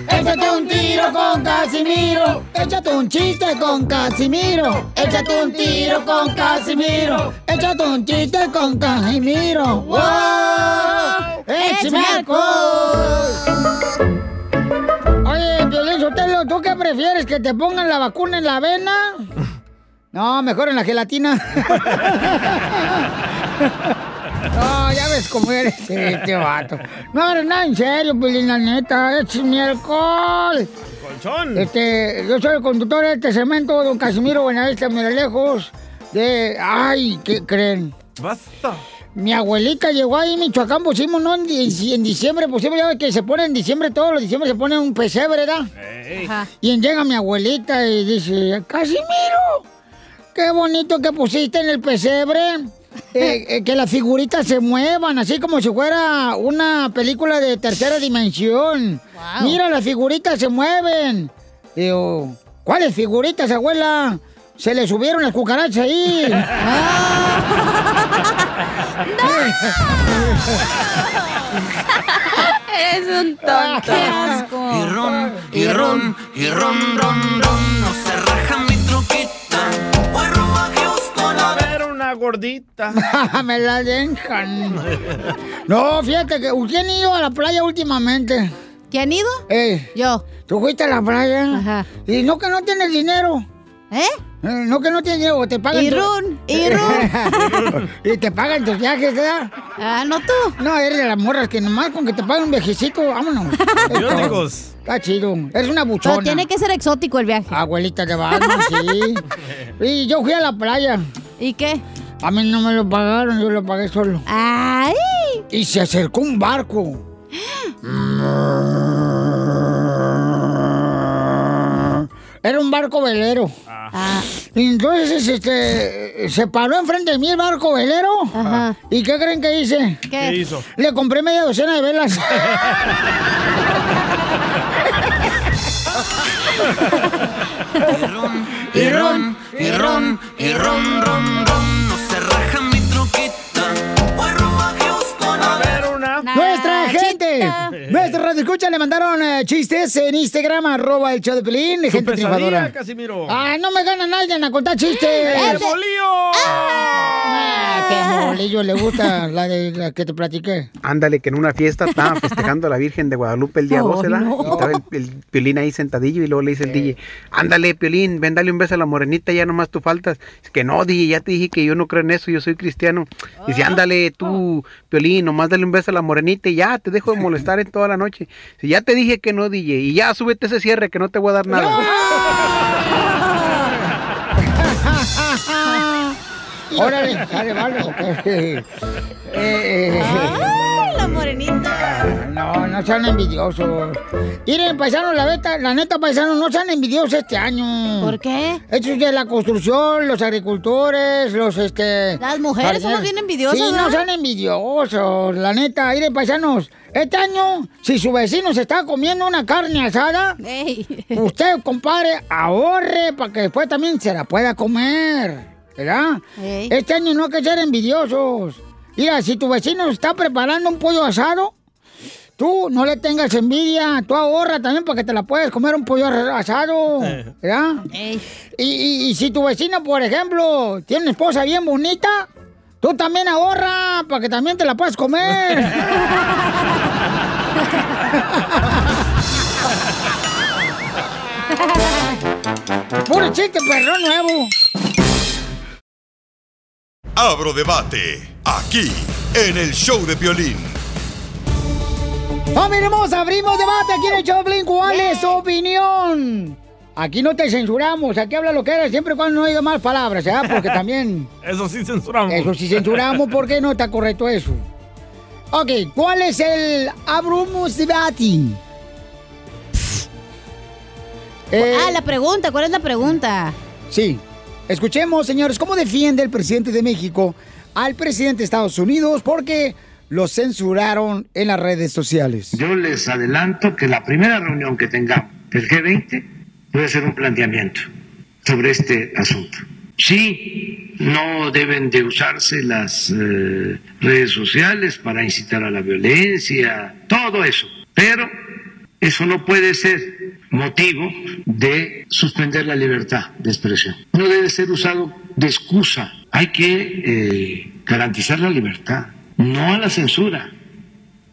Échate un tiro con Casimiro. Échate un chiste con Casimiro. Échate un tiro con Casimiro. Échate un chiste con Casimiro. ¡Wow! ¡Échame alcohol! Oye, Violín Sotelo, ¿tú qué prefieres? ¿Que te pongan la vacuna en la vena? No, mejor en la gelatina. No, ya ves cómo eres este vato. No, eres nada en serio, Piolín, la neta. Es mi alcohol. Colchón. Este, yo soy el conductor de este segmento, don Casimiro Buenavista, mira lejos. De. Ay, ¿qué creen? Basta. Mi abuelita llegó ahí en Michoacán, pusimos, ¿no? En, dic- en diciembre, pusimos, ya ves que se pone en diciembre, todos los diciembre se pone un pesebre, ¿verdad? Y llega mi abuelita y dice, Casimiro, qué bonito que pusiste en el pesebre. eh, eh, que las figuritas se muevan, así como si fuera una película de tercera dimensión. Mira, las figuritas se mueven. Digo, ¿cuáles figuritas, abuela? Se le subieron las cucarachas ahí. Ah. Eres un tonto. Y ron, y ron, y ron, ron, ron. No se raja mi troquita. Voy rumbo a Houston a ver una gordita. Me la dejan. No, fíjate que. ¿Quién ha ido a la playa últimamente? ¿Quién ha ido? Yo. ¿Tú fuiste a la playa? Ajá. ¿Y no que no tienes dinero? ¿Eh? No que no tienes dinero, o te pagan. Y tu- run, y run. y te pagan tus viajes, ¿verdad? Ah, no tú. No, eres de las morras que nomás con que te paguen un viajecito, vámonos. Biónicos. Está chido. Eres una buchona. Pero tiene que ser exótico el viaje. Abuelita de Batman, sí. Y yo fui a la playa. ¿Y qué? A mí no me lo pagaron, yo lo pagué solo. ¡Ay! Y se acercó un barco. Era un barco velero. Ah. Y entonces este, se paró enfrente de mí el barco velero. ¿Y qué creen que hice? ¿Qué? ¿Qué hizo? Le compré media docena de velas. Y ron, y ron, y ron, ron, ron. No se raja mi troquita. Voy rumbo a Houston a ver una. Nuestra gente, nuestra radio escuchan le mandaron eh, chistes en Instagram, arroba el show de Pelín, gente pesadilla, triunfadora. Casimiro. Ah, no me gana nadie a contar chistes. ¡El Este- Ah, qué molillo le gusta la de la que te platiqué. Ándale, que en una fiesta estaban festejando a la Virgen de Guadalupe el día Oh, 12, ¿verdad? no. Y estaba el, el Piolín ahí sentadillo y luego le dice el DJ, ándale, Piolín, ven, dale un beso a la morenita, ya nomás tú faltas. Es que no, DJ, ya te dije que yo no creo en eso, yo soy cristiano. Dice, Ah. ándale, tú, Piolín, nomás dale un beso a la morenita y ya, te dejo de molestar en toda la noche. Dice, ya te dije que no, DJ, y ya, súbete ese cierre que no te voy a dar nada. Órale, dale, vale. ok. Eh, eh, Ay, la morenita. No, no sean envidiosos. Miren, paisanos, la, neta, la neta, paisanos, no sean envidiosos este año. ¿Por qué? Esto es de la construcción, los agricultores, los este... Las mujeres somos bien envidiosas, Sí, no ¿verdad? sean envidiosos, la neta. Miren, paisanos, este año, si su vecino se está comiendo una carne asada, usted, compadre, ahorre para que después también se la pueda comer, ¿verdad? Este año no hay que ser envidiosos. Mira, si tu vecino está preparando un pollo asado, Tú no le tengas envidia, tú ahorra también para que te la puedas comer un pollo asado, ¿verdad? Y, y- y si tu vecina, por ejemplo, tiene una esposa bien bonita, tú también ahorra para que también te la puedas comer. Puro chiste, perro nuevo. Abro debate aquí en el show de Piolín. ¡Oh, ¡Vamos, abrimos debate aquí en el Choplin! ¿Cuál es tu opinión? Aquí no te censuramos, aquí habla lo que eres, siempre y cuando no diga más palabras, ¿ah? Porque también... Eso sí censuramos. Eso sí censuramos porque no está correcto eso. Ok, ¿cuál es el Abrumus Debati? ah, la pregunta, ¿cuál es la pregunta? Eh, Sí. Escuchemos, señores, cómo defiende el presidente de México al presidente de Estados Unidos porque lo censuraron en las redes sociales. Yo les adelanto que la primera reunión que tengamos del G20 voy a hacer un planteamiento sobre este asunto. Sí, no deben de usarse las eh, redes sociales para incitar a la violencia, todo eso, pero eso no puede ser motivo de suspender la libertad de expresión. No debe ser usado de excusa. Hay que eh, garantizar la libertad, no a la censura.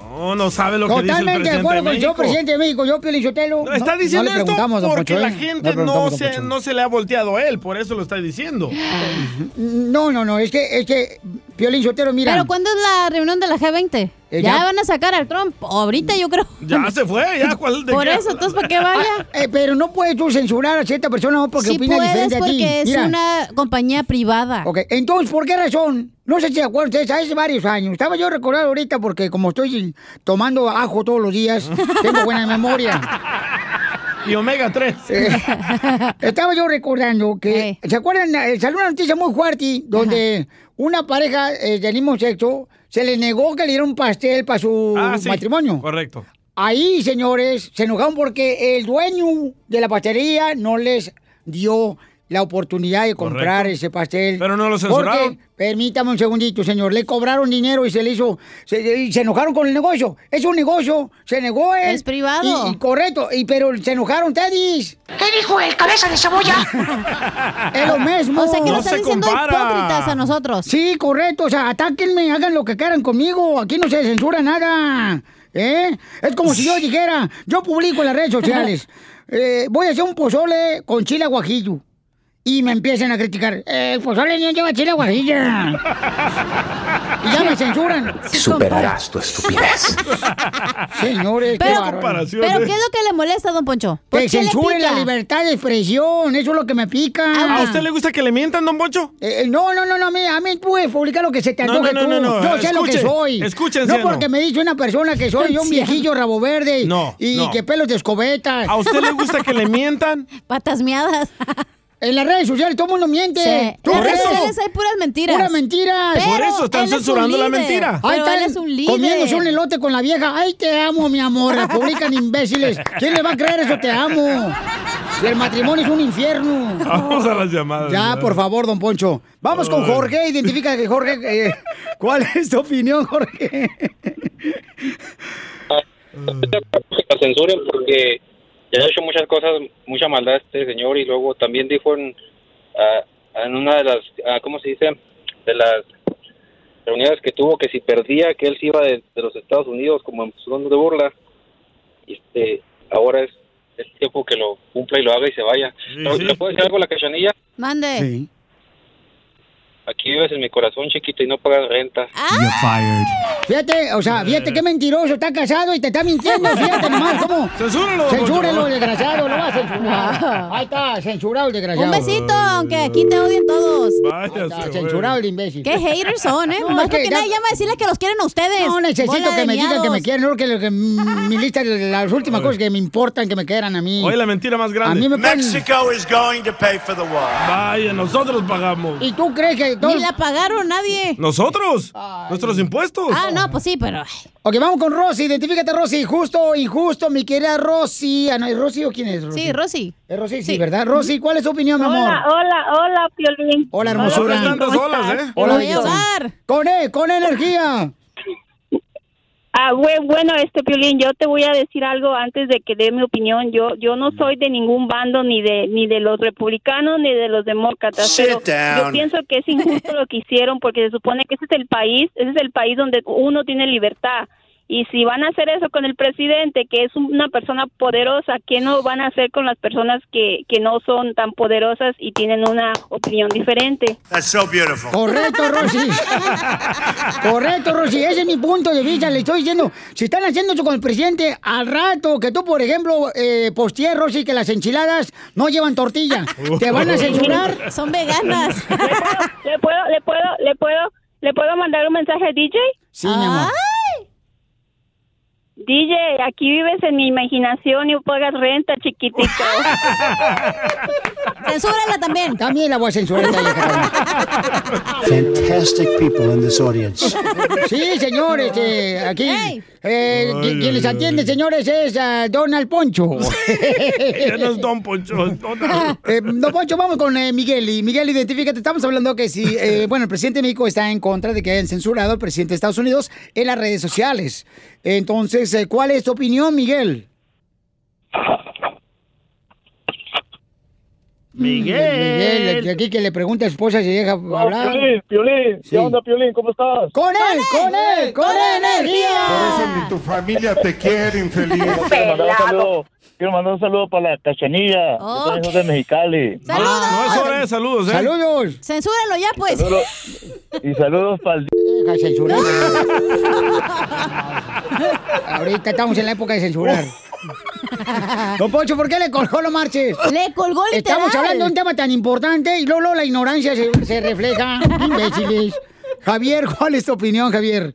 No, no sabe lo que dice el Totalmente de presidente de acuerdo con yo, México. presidente de México, yo, Piolín Sotelo. No, está diciendo le preguntamos, esto don porque Poncho, la ¿eh? gente le no, preguntamos, don se, Poncho. no se le ha volteado a él, por eso lo está diciendo. No, no, no, es que, es que, Piolín Sotelo, mira. ¿Pero cuándo es la reunión de la G20? Eh, ya, ya. van a sacar al Trump. Ahorita yo creo. Ya se fue, ya, ¿cuál de Por qué? eso, entonces, ¿para qué vaya? Eh, pero no puedes tú censurar a cierta persona no, porque Sí opina puedes, diferente a ti. Oh, porque es una compañía privada. Ok, entonces, ¿por qué razón? No sé si se acuerdan ustedes, hace varios años. Estaba yo recordando ahorita porque como estoy tomando ajo todos los días, tengo buena memoria. Y omega 3. Eh, estaba yo recordando que, ¿se acuerdan? Eh, Salió una noticia muy fuerte donde una pareja eh, del mismo sexo se le negó que le diera un pastel para su Ah, sí, matrimonio. Correcto. Ahí, señores, se enojaron porque el dueño de la pastelería no les dio la oportunidad de comprar Correcto. ese pastel. Pero no lo censuraron. Porque, permítame un segundito, señor. Le cobraron dinero y se le hizo. Se, y se enojaron con el negocio. Es un negocio. Se negó él. Es privado. Y, y correcto. Y, pero se enojaron, Teddy's. ¿Qué dijo el cabeza de cebolla? es lo mismo. O sea que nos están diciendo hipócritas a nosotros. Sí, correcto. O sea, atáquenme, hagan lo que quieran conmigo. Aquí no se censura nada. ¿Eh? Es como si yo dijera, yo publico en las redes sociales, eh, voy a hacer un pozole con chile guajillo. Y me empiezan a criticar, el pozole no lleva chile guajillo. y ya me censuran. Superarás tu estupidez. Señores, Pero, qué pero bárbaro. ¿qué es lo que le molesta, don Poncho? ¿Por Que qué le censuren pica? Ah, la libertad de expresión, eso es lo que me pica. ¿A usted le gusta que le mientan, don Poncho? Eh, eh, no, no, no, no, a mí, a mí puedes publicar lo que se te No, antoje no, no, no, tú. no, Yo sé lo que escuchen, soy. escuchen, No anciano. porque me dice una persona que soy yo un Anciano. viejillo rabo verde No, y no. que pelos de escobeta. ¿A usted le gusta que le mientan? Patas miadas. En las redes sociales todo el mundo miente. Sí. Tú En las redes creo. sociales hay puras mentiras. Puras mentiras. Pero Por eso están él es un censurando la líder. mentira. Ahí Pero él están es un líder. Comiéndose un elote con la vieja. Ay, te amo, mi amor. La publican imbéciles. ¿Quién le va a creer eso? Te amo. Si el matrimonio es un infierno. Vamos a las llamadas. Ya, por favor, don Poncho. Vamos con Ay. Jorge. Identifica que Jorge. eh, ¿Cuál es tu opinión, Jorge? que la censuren porque ya ha hecho muchas cosas, mucha maldad este señor y luego también dijo en, ah, en una de las, ah, ¿cómo se dice? De las reuniones que tuvo que si perdía que él se iba de, de los Estados Unidos como en son de burla. Y, Este, ahora es, es tiempo que lo cumpla y lo haga y se vaya. ¿No- ¿Le puedo decir algo a la cachanilla? Mande. Aquí vives en mi corazón chiquito y no pagas renta. Fíjate, o sea, fíjate qué mentiroso, está casado y te está mintiendo, fíjate nomás, ¿cómo? Censúralo. Censúrelo, Poncho. el desgraciado, lo va a censurar. Ahí está, censurado el desgraciado. Un besito, aunque aquí te odien todos. Ahí está, censurado el imbécil. Qué haters son, ¿eh? No, Más es que porque ya- nadie llama a decirles que los quieren a ustedes. No necesito Bola que de me digan que me miados. quieren, no, que, lo que mi lista, las últimas cosas que me importan, que me quedan a mí. Oye, la mentira más grande. A mí me ponen- Mexico is going to pay for the wall. Vaya, nosotros pagamos. ¿Y tú crees que Ni la pagaron nadie. ¿Nosotros? ¿Nuestros impuestos? Ah, no, pues sí, pero... Ok, vamos con Rosy, identifícate Rosy, justo o injusto, mi querida Rosy. Ah, no, ¿es Rosy o quién es Rosy? Sí, Rosy. Es Rosy, sí, ¿verdad? Rosy, ¿cuál es tu opinión, mi amor? Hola, hola, hola, Piolín. Hola, hermosura. Hola, Piolín, ¿cómo ¿eh? estás? Hola, Te voy a belleza. ahogar. Con, e- con energía. Ah, bue- bueno, este Piolín, yo te voy a decir algo antes de que dé mi opinión. Yo yo no soy de ningún bando ni de ni de los republicanos ni de los demócratas, Sit pero yo down. pienso que es injusto lo que hicieron porque se supone que ese es el país, ese es el país donde uno tiene libertad. Y si van a hacer eso con el presidente, que es una persona poderosa, ¿qué no van a hacer con las personas que, que no son tan poderosas y tienen una opinión diferente? That's so beautiful. Correcto, Rosy. Correcto, Rosy. Ese es mi punto de vista. Le estoy diciendo, si están haciendo eso con el presidente, al rato que tú, por ejemplo, eh, postees, Rosy, que las enchiladas no llevan tortilla, te van a censurar. Son veganas. ¿Le puedo, le puedo, le puedo, le puedo mandar un mensaje a DJ? Sí, mi amor. DJ, aquí vives en mi imaginación y pagas renta, chiquitito. Censúrala también. También la voy a censurar. esta vieja. Fantastic people in this audience. Sí, señores, eh, aquí. eh, qui- quien les atiende, señores, es ah, Donald Poncho. Ya no es Don Poncho, es Donald. Eh, don Poncho, vamos con eh, Miguel. Y Miguel, identifícate. Estamos hablando que si, eh, bueno, el presidente de México está en contra de que hayan censurado al presidente de Estados Unidos en las redes sociales. Entonces, eh, ¿cuál es tu opinión, Miguel? Miguel, aquí- aquí que le pregunta a su esposa si deja hablar. Piolín, Piolín, ¿qué Sí. onda, Piolín? ¿Cómo estás? ¡Con él, con él, con energía! Por eso ni tu familia te quiere, infeliz. Quiero mandar un saludo. Quiero mandar un saludo para la cachanilla. Oh. Yo también soy de Mexicali. ¡Saludos! Ah, No es hora de saludos, ¿eh? ¡Saludos! Censúralo ya, pues. Saludos. Y saludos para el... Ahorita estamos en la época de censurar. Don Poncho, ¿por qué le colgó lo marches? Le colgó literal. Estamos hablando de un tema tan importante y luego, luego la ignorancia se, se refleja. Imbéciles. Javier, ¿cuál es tu opinión, Javier?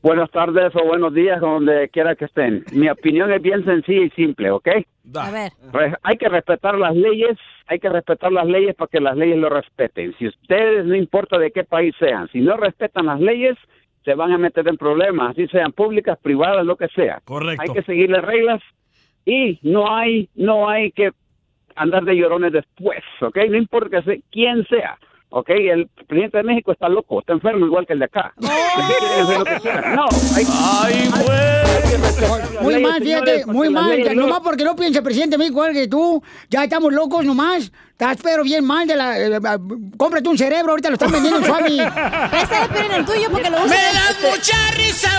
Buenas tardes o buenos días, donde quiera que estén. Mi opinión es bien sencilla y simple, ¿ok? A ver. Re- hay que respetar las leyes, hay que respetar las leyes para que las leyes lo respeten. Si ustedes, no importa de qué país sean, si no respetan las leyes, se van a meter en problemas, así sean públicas, privadas, lo que sea. Correcto. Hay que seguir las reglas y no hay, no hay que andar de llorones después, ¿ok? No importa que sea, quién sea. ¿Ok? El presidente de México está loco, está enfermo igual que el de acá. Así que quieren hacer lo que quieran. No, hay, Pues, Muy leyes, mal, fíjate, señores, porque muy las mal. leyes Ya, no- Nomás porque no piensa el presidente mío igual que tú. Ya estamos locos nomás. Estás pero bien mal de la... eh, ah, cómprate un cerebro, ahorita lo están vendiendo en Fami. Préstale, Piolín, el tuyo porque lo usas. risa,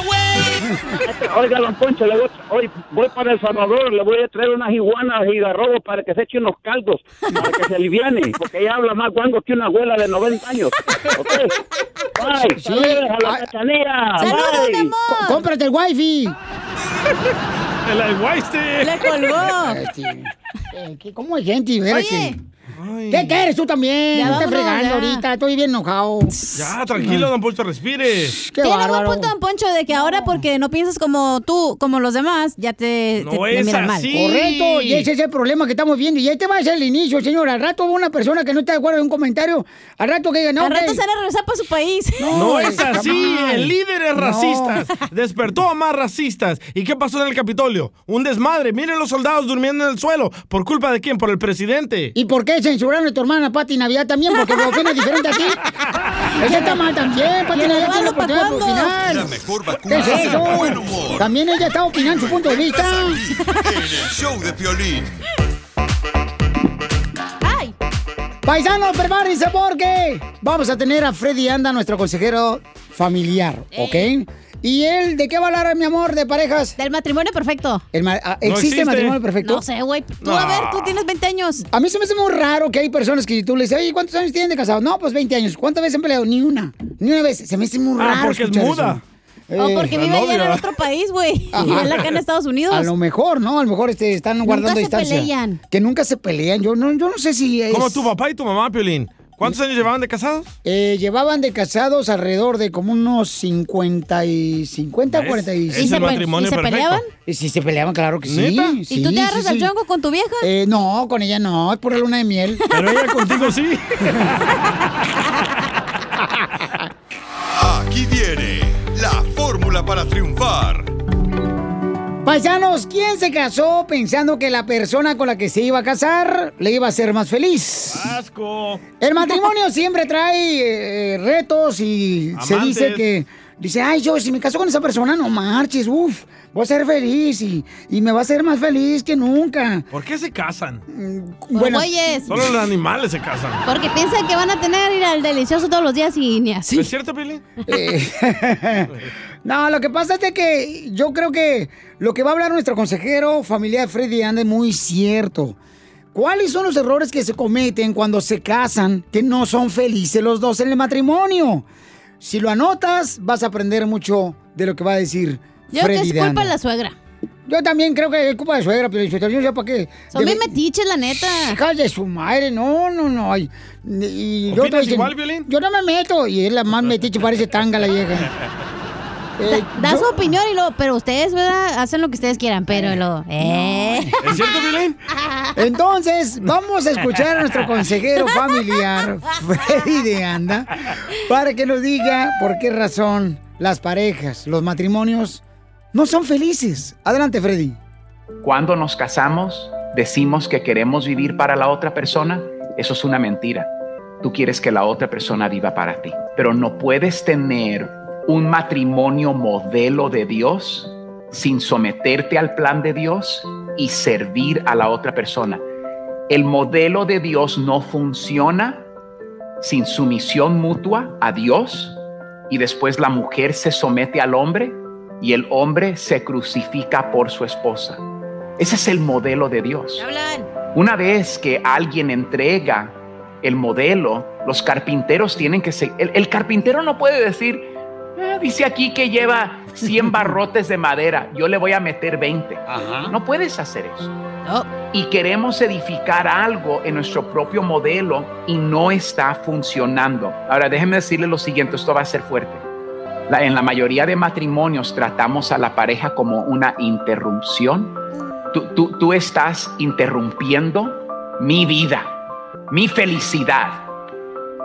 güey! Oiga, don Poncho, le voy, hoy voy para El Salvador, le voy a traer unas iguanas y garrobos para que se eche unos caldos, para que se aliviane, porque ella habla más guango que una abuela de 90 años. ¿Ok? Bye, Sí. saludos a la Ay. cachanera. Saludos, Bye. Co- Cómprate el wifi. El aguaiste. Le colgó. Eh, ¿qué- ¿Cómo hay gente? Vera, Oye. que- ¿Qué quieres tú también? Ya No te vámonos, fregando ya. ahorita, estoy bien enojado. Ya, tranquilo, Don Poncho, respire. Tiene buen punto, Don Poncho, de que ahora porque no piensas como tú, como los demás, ya te, No te- te es miran mal. así. Correcto, y ese es el problema que estamos viendo. Y este va a ser el inicio, señor. Al rato una persona que no está de acuerdo en un comentario, al rato que diga, no, Al rato ok. se van a regresar para su país. No eh, es así, jamás. el líder es No. racista. Despertó a más racistas. ¿Y qué pasó en el Capitolio? Un desmadre. Miren los soldados durmiendo en el suelo. ¿Por culpa de quién? Por el presidente. ¿Y por qué qué censuraron a tu hermana Pati Navidad también? Porque lo opinas diferente a ti. Ella está mal también, Pati ¿Y el Navidad tiene la hermano pa' oportunidad de cuándo? opinar. La mejor ¿Qué vacuna es es el eso? buen humor. También ella está opinando su punto de vista. En el show de Piolín. Paisanos, prepárense porque vamos a tener a Freddy Anda, nuestro consejero familiar, ¿ok? ¿Y él de qué va a hablar, mi amor, de parejas? Del matrimonio perfecto. No ¿Existe existe. matrimonio perfecto? No sé, güey. Tú, a ver, tú tienes 20 años. A mí se me hace muy raro que hay personas que tú le dices, oye, ¿cuántos años tienen de casado? No, pues 20 años. ¿Cuántas veces han peleado? Ni una. Ni una vez. Se me hace muy Ah, raro. porque es escuchar muda. eso. O porque Eh, vive allá en el otro país, güey. Y Ajá. él acá en Estados Unidos. A lo mejor, ¿no? A lo mejor este, están Nunca guardando se distancia. pelean. Que nunca se pelean. Yo no, yo no sé si es... Como tu papá y tu mamá, Piolín. ¿Cuántos años llevaban de casados? Eh, llevaban de casados alrededor de como unos 50 y 50, ¿Ves? 45. Es ¿Y el se pe- matrimonio y se perfecto. peleaban? Y sí, se peleaban, claro que sí. ¿Neta? ¿Y tú te agarras al chongo con tu vieja? Eh, no, con ella no, es por la luna de miel. Pero ella contigo sí. Aquí viene la fórmula para triunfar. Paisanos, ¿quién se casó pensando que la persona con la que se iba a casar le iba a ser más feliz? Asco. El matrimonio siempre trae eh, retos y se Amantes. dice que. Dice, ay, yo si me caso con esa persona, no marches, uff, voy a ser feliz y, y me va a hacer más feliz que nunca. ¿Por qué se mm, casan? bueno. güeyes. Solo los animales se casan. Porque piensan que van a tener ir al delicioso todos los días y ni así. ¿Es cierto, Pili? eh, No, Ah, eh, lo que pasa es de que yo creo que lo que va a hablar nuestro consejero familiar Freddy Anda es muy cierto. ¿Cuáles son los errores que se cometen cuando se casan que no son felices los dos en el matrimonio? Si lo anotas, vas a aprender mucho de lo que va a decir Yo creo que Freddy es de culpa Anda. de la suegra. Yo también creo que es culpa de suegra, pero yo ya para qué. Son bien metiches, la neta. Calle su madre, no, no, no. ay. Y yo, ¿Opinas te voy a decir, igual, yo no me meto. Y es la más metiche, parece tanga la vieja. Eh, Da, da su opinión y lo, pero ustedes, ¿verdad? Hacen lo que ustedes quieran, pero lo. Eh. ¿Es cierto, Violín? Entonces, vamos a escuchar a nuestro consejero familiar, Freddy de Anda, para que nos diga por qué razón las parejas, los matrimonios, no son felices. Adelante, Freddy. Cuando nos casamos, decimos que queremos vivir para la otra persona. Eso es una mentira. Tú quieres que la otra persona viva para ti. Pero no puedes tener un matrimonio modelo de Dios sin someterte al plan de Dios y servir a la otra persona. El modelo de Dios no funciona sin sumisión mutua a Dios y después la mujer se somete al hombre y el hombre se crucifica por su esposa. Ese es el modelo de Dios. Una vez que alguien entrega el modelo, los carpinteros tienen que ser... El, el carpintero no puede decir, "Ah, dice aquí que lleva 100 barrotes de madera, yo le voy a meter 20. No puedes hacer eso. Y queremos edificar algo en nuestro propio modelo y no está funcionando. Ahora déjenme decirles lo siguiente, esto va a ser fuerte. La- en la mayoría de matrimonios tratamos a la pareja como una interrupción. Tú, tú- tú estás interrumpiendo mi vida, mi felicidad.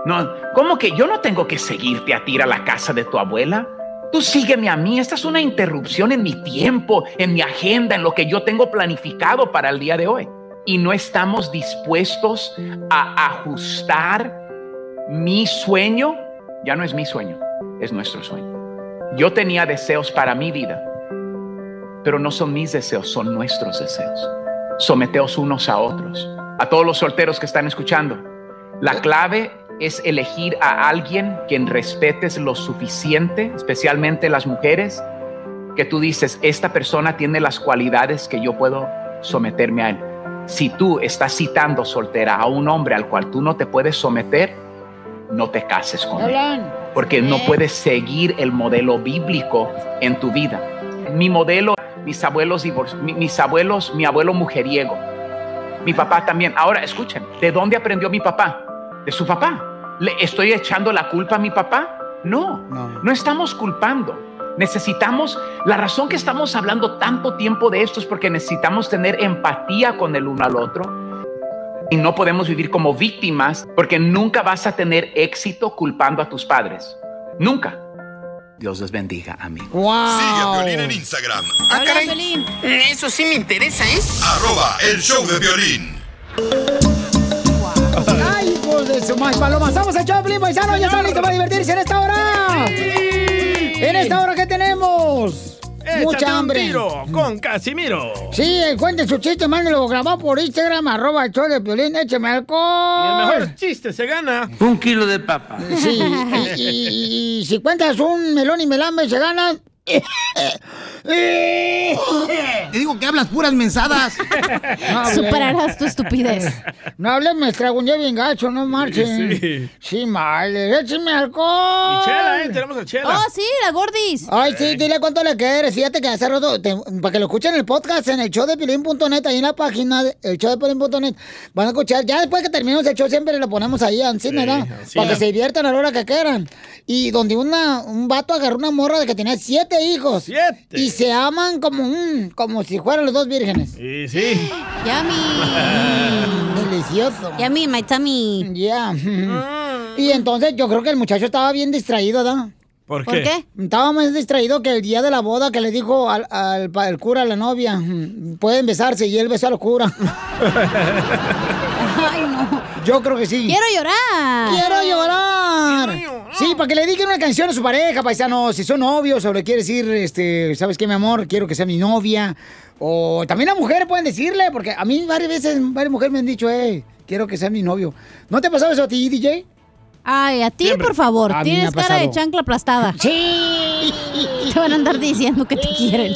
No, ¿cómo que yo no tengo que seguirte a ti a la casa de tu abuela? Tú sígueme a mí. Esta es una interrupción en mi tiempo, en mi agenda, en lo que yo tengo planificado para el día de hoy. Y no estamos dispuestos a ajustar mi sueño ya no es mi sueño, es nuestro sueño. Yo tenía deseos para mi vida, pero no son mis deseos, son nuestros deseos. Someteos unos a otros. A todos los solteros que están escuchando, la clave es elegir a alguien quien respetes lo suficiente, especialmente las mujeres, que tú dices, esta persona tiene las cualidades que yo puedo someterme a él. Si tú estás citando soltera a un hombre al cual tú no te puedes someter, no te cases con él porque no puedes seguir el modelo bíblico en tu vida. Mi modelo, mis abuelos, divor- mi- mis abuelos, mi abuelo mujeriego, mi papá también. Ahora, escuchen, ¿de dónde aprendió mi papá? De su papá. ¿Le estoy echando la culpa a mi papá? No, no, estamos culpando. Necesitamos, la razón que estamos hablando tanto tiempo de esto es porque necesitamos tener empatía con el uno al otro, y no podemos vivir como víctimas porque nunca vas a tener éxito culpando a tus padres. Nunca. Dios les bendiga, amigos. Sigue a Piolín en Instagram. Ah, caray. Eso sí me interesa, ¿eh? Arroba el show de Piolín. ¡Ay, hijos de su más palomas! ¡Vamos a Choplin, paisanos! ¡Ya están listos para divertirse en esta hora! ¡En esta hora que tenemos! Échate un ¡Mucha hambre! tiro con Casimiro. Sí, cuente su chiste, mándelo grabado por Instagram, arroba el show de Piolín, écheme alcohol. El mejor chiste se gana. Un kilo de papa. Sí, y, y- y si cuentas un melón y melambe, se gana. Te digo que hablas puras mensadas. Superarás tu estupidez. No hables, me estraguñé bien gacho, no marchen. Sí, Sí. mal, écheme alcohol. Y Chela, ¿eh? Tenemos a Chela. Oh, sí, la gordis. Ay, sí, dile cuánto le quieres. Fíjate que hace rato, te- para que lo escuchen en el podcast, en el show de Pilín.net, ahí en la página, de- el show de Pilín.net, van a escuchar. Ya después que terminemos el show, siempre lo ponemos ahí, así, ¿verdad? así Para que es. se diviertan a la hora que quieran. Y donde una, un vato agarró una morra de que tenía siete hijos. ¡Siete! Y se aman como, un- como si fueran los dos vírgenes. Y sí. Yummy. Delicioso. Yummy, my tummy. Mm. Yeah. Y entonces yo creo que el muchacho estaba bien distraído, ¿da? ¿Por qué? Estaba más distraído que el día de la boda que le dijo al, al pa- el cura a la novia, "Mm, pueden besarse y él besó al cura. Ay, no. Yo creo que sí. Quiero llorar. Quiero llorar. Sí, para que le dediquen una canción a su pareja, paisano. Si son novios o le quieres decir, este, ¿sabes qué, mi amor? Quiero que sea mi novia. O también a mujeres pueden decirle, porque a mí varias veces, varias mujeres me han dicho, eh, quiero que sea mi novio. ¿No te ha pasado eso a ti, DJ? Ay, a ti, por favor. A mí me Tienes ha cara de pasado. chancla aplastada. Sí. Te van a andar diciendo que te quieren.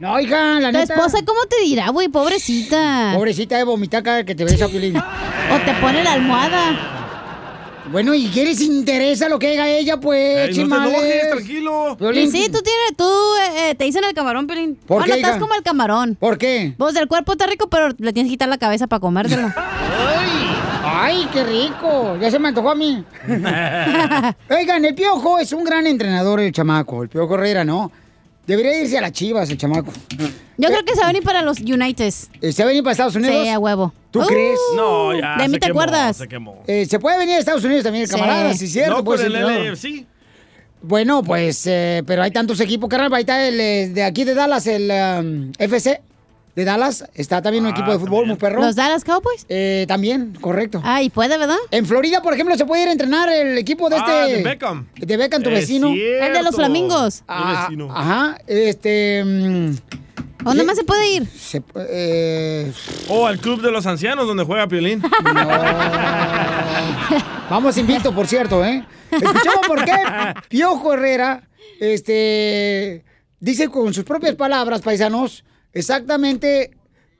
No, hija, la ¿Tu neta. esposa cómo te dirá, güey? Pobrecita. Pobrecita de vomitar cada que te ves a Piolín. O te pone la almohada. Bueno, ¿y qué les interesa lo que haga ella, pues, Ay, no te enojes, tranquilo. Y sí, tú tienes, tú eh, eh, te dicen el camarón, Pelín. ¿Por bueno, qué, estás hija? como el camarón. ¿Por qué? Vos del cuerpo está rico, pero le tienes que quitar la cabeza para comértelo. ¡Ay, qué rico! Ya se me antojó a mí. Oigan, el Piojo es un gran entrenador, el chamaco. El Piojo Herrera, ¿no? Debería irse a las chivas, el chamaco. Yo creo que se va a venir para los Uniteds. Eh, ¿Se va a venir para Estados Unidos? Sí, a huevo. ¿Tú Uh, crees? No, ya. de se mí te quemó, acuerdas. Se quemó. Eh, se puede venir a Estados Unidos también, el Sí. camarada, sí, cierto. No pues, puede con ser el entrenador. LAFC. Bueno, pues, eh, pero hay tantos equipos, carnal. Ahí está el eh, de aquí de Dallas, el um, FC de Dallas. Está también Ah, un equipo de fútbol muy perro. Eh, ¿Los Dallas Cowboys? también, correcto. Ah, y puede, ¿verdad? En Florida, por ejemplo, se puede ir a entrenar el equipo de este. Ah, de Beckham. De Beckham, tu Es vecino. cierto. El de los flamingos. Ah, Mi vecino. Ajá, este. eh, ¿Dónde más se puede ir? O al club de los ancianos donde juega Piolín. Vamos invicto, por cierto, ¿eh? Escuchamos por qué Piojo Herrera, este, dice con sus propias palabras, paisanos, exactamente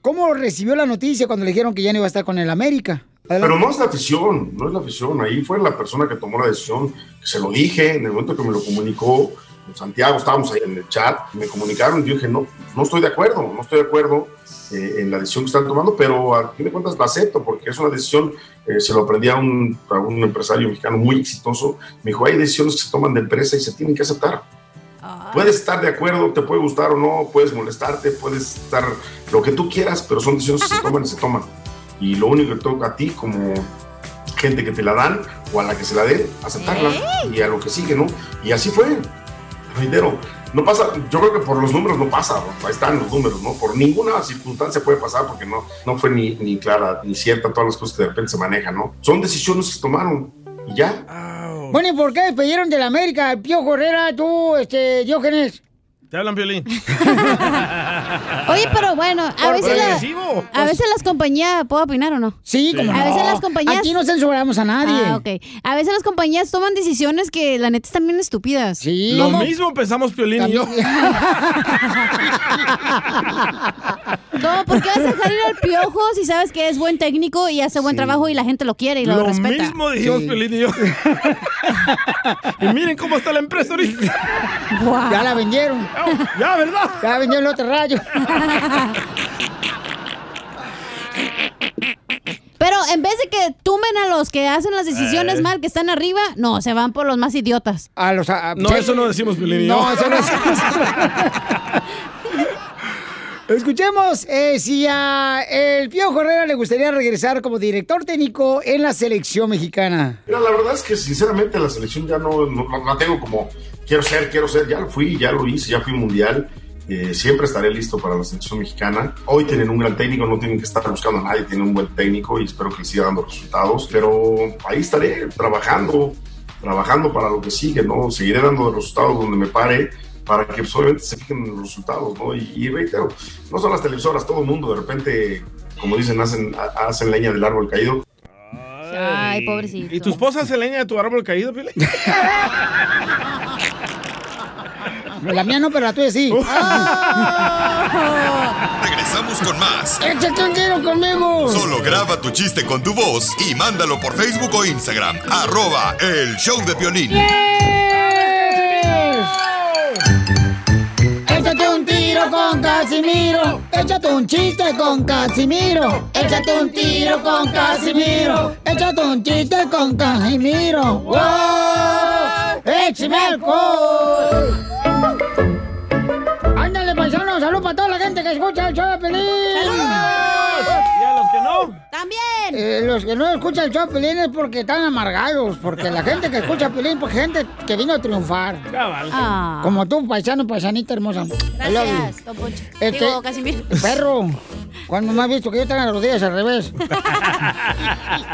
cómo recibió la noticia cuando le dijeron que ya no iba a estar con el América. Adelante. Pero no es la afición, no es la afición. Ahí fue la persona que tomó la decisión, que se lo dije en el momento que me lo comunicó. en Santiago, estábamos ahí en el chat, me comunicaron y yo dije, no, no estoy de acuerdo, no estoy de acuerdo eh, en la decisión que están tomando, pero a fin de cuentas la acepto porque es una decisión, eh, se lo aprendí a un, a un empresario mexicano muy exitoso, me dijo, hay decisiones que se toman de empresa y se tienen que aceptar. Puedes estar de acuerdo, te puede gustar o no, puedes molestarte, puedes estar lo que tú quieras, pero son decisiones que se toman y se toman. Y lo único que toca a ti como gente que te la dan o a la que se la den, aceptarla y a lo que sigue, ¿no? Y así fue. Reitero, no pasa, yo creo que por los números no pasa, ¿no? ahí están los números, ¿no? Por ninguna circunstancia puede pasar porque no, no fue ni, ni clara ni cierta todas las cosas que de repente se manejan, ¿no? Son decisiones que se tomaron y ya. Bueno, ¿y por qué despidieron del América al Piojo Herrera, tú, este, Diógenes? Te hablan Piolín. Oye, pero bueno, a Por veces, la- progresivo. a veces las compañías, ¿puedo opinar o no? Sí, como A veces las compañías... Aquí no censuramos a nadie. Ah, ok. A veces las compañías toman decisiones que la neta están bien estúpidas. Sí. Lo mismo pensamos Piolín y yo. No, ¿por qué vas a dejar ir al piojo si sabes que es buen técnico y hace buen trabajo y la gente lo quiere y lo, Lo respeta? mismo dijimos Piolín y yo. y miren cómo está la empresa ahorita. Ya la vendieron. Ya, ¿verdad? Ya vendieron el otro rayo. Pero en vez de que tumen a los que hacen las decisiones Eh. mal, que están arriba, no, se van por los más idiotas. A los, No, eso no decimos Piolín y yo. No, eso no es. Escuchemos eh, si a el Piojo Herrera le gustaría regresar como director técnico en la selección mexicana. Mira, la verdad es que sinceramente la selección ya no, no- no la tengo como quiero ser, quiero ser, ya lo fui, ya lo hice, ya fui mundial. Eh, siempre estaré listo para la selección mexicana. Hoy tienen un gran técnico, no tienen que estar buscando a nadie, tienen un buen técnico y espero que siga dando resultados. Pero ahí estaré trabajando, trabajando para lo que sigue, ¿no? Seguiré dando resultados donde me pare para que pues, obviamente se fijen en los resultados, ¿no? Y, y reitero, no son las televisoras, todo el mundo de repente, como dicen, hacen, ha- hacen leña del árbol caído. Ay, pobrecito. ¿Y tu esposa hace leña de tu árbol caído, Pili? La mía no, pero la tuya sí. Ah. Regresamos con más. ¡Échate un tiro conmigo! Solo graba tu chiste con tu voz y mándalo por Facebook o Instagram. Arroba el show de Piolín. Échate un tiro con Casimiro. Échate un chiste con Casimiro. Échate un tiro con Casimiro. Échate un chiste con Casimiro. ¡Wow! ¡Échame alcohol! Ándale, paisano. Salud para toda la gente que escucha el show de Pelín. ¿Y a los que no? También. Eh, los que no escuchan el show de Pelín es porque están amargados. Porque la gente que escucha Pelín es gente que vino a triunfar. Cabal. Ah. Como tú, paisano, paisanita hermosa. I love you. Gracias, Don Poncho. Este- Digo, Casimiro. Perro, cuando me has visto que yo tengo las rodillas al revés.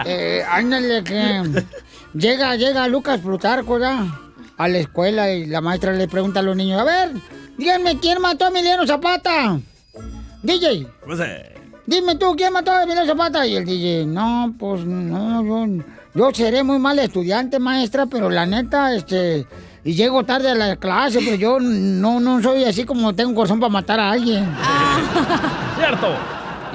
Eh, ándale que llega, llega Lucas Plutarco ya a la escuela y la maestra le pregunta a los niños, a ver, díganme quién mató a Emiliano Zapata. DJ, Pues, eh, dime tú quién mató a Emiliano Zapata. Y el DJ, no, pues no, yo, yo seré muy mal estudiante, maestra, pero la neta, este, y llego tarde a la clase, pero yo no, no soy así como tengo corazón para matar a alguien. Cierto.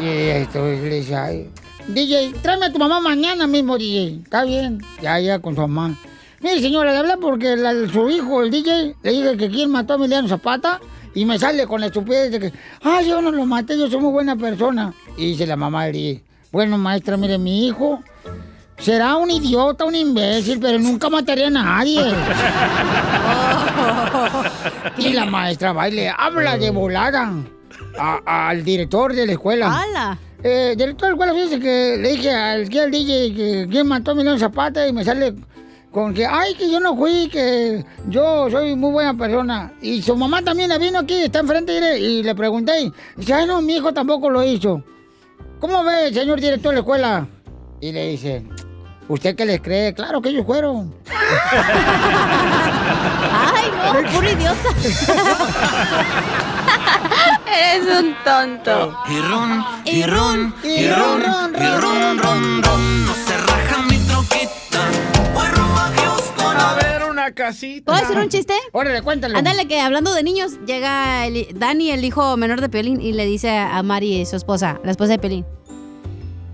Y esto le dice, "Ay, DJ, tráeme a tu mamá mañana mismo, DJ. Está bien, ya, ya, con su mamá. Mire, señora, le hablé porque la- su hijo, el DJ, le dije que quién mató a Emiliano Zapata y me sale con la estupidez de que, ah, yo no lo maté, yo soy muy buena persona. Y dice la mamá del DJ, bueno, maestra, mire, mi hijo será un idiota, un imbécil, pero nunca mataría a nadie. Y la maestra baile, habla de volada a- al director de la escuela. ¡Hala! Eh, director de la escuela, fíjese que le dije al, que al DJ que quién mató a Milón Zapata y me sale con que, ay, que yo no fui, que yo soy muy buena persona. Y su mamá también la vino aquí, está enfrente y le, y le pregunté, y dice, ay, no, mi hijo tampoco lo hizo. ¿Cómo ve, señor director de la escuela? Y le dice, ¿usted qué les cree? Claro que ellos fueron. Ay, no, puro idiota. Eres un tonto. Y ron, y ron, y ron, y ron, ron, ron. No se raja mi troquita. Voy rumbo a Houston a ver una casita. ¿Puedo decir un chiste? Órale, cuéntalo. Ándale, que hablando de niños, llega el- Dani, el hijo menor de Pelín, y le dice a Mari, su esposa, la esposa de Pelín.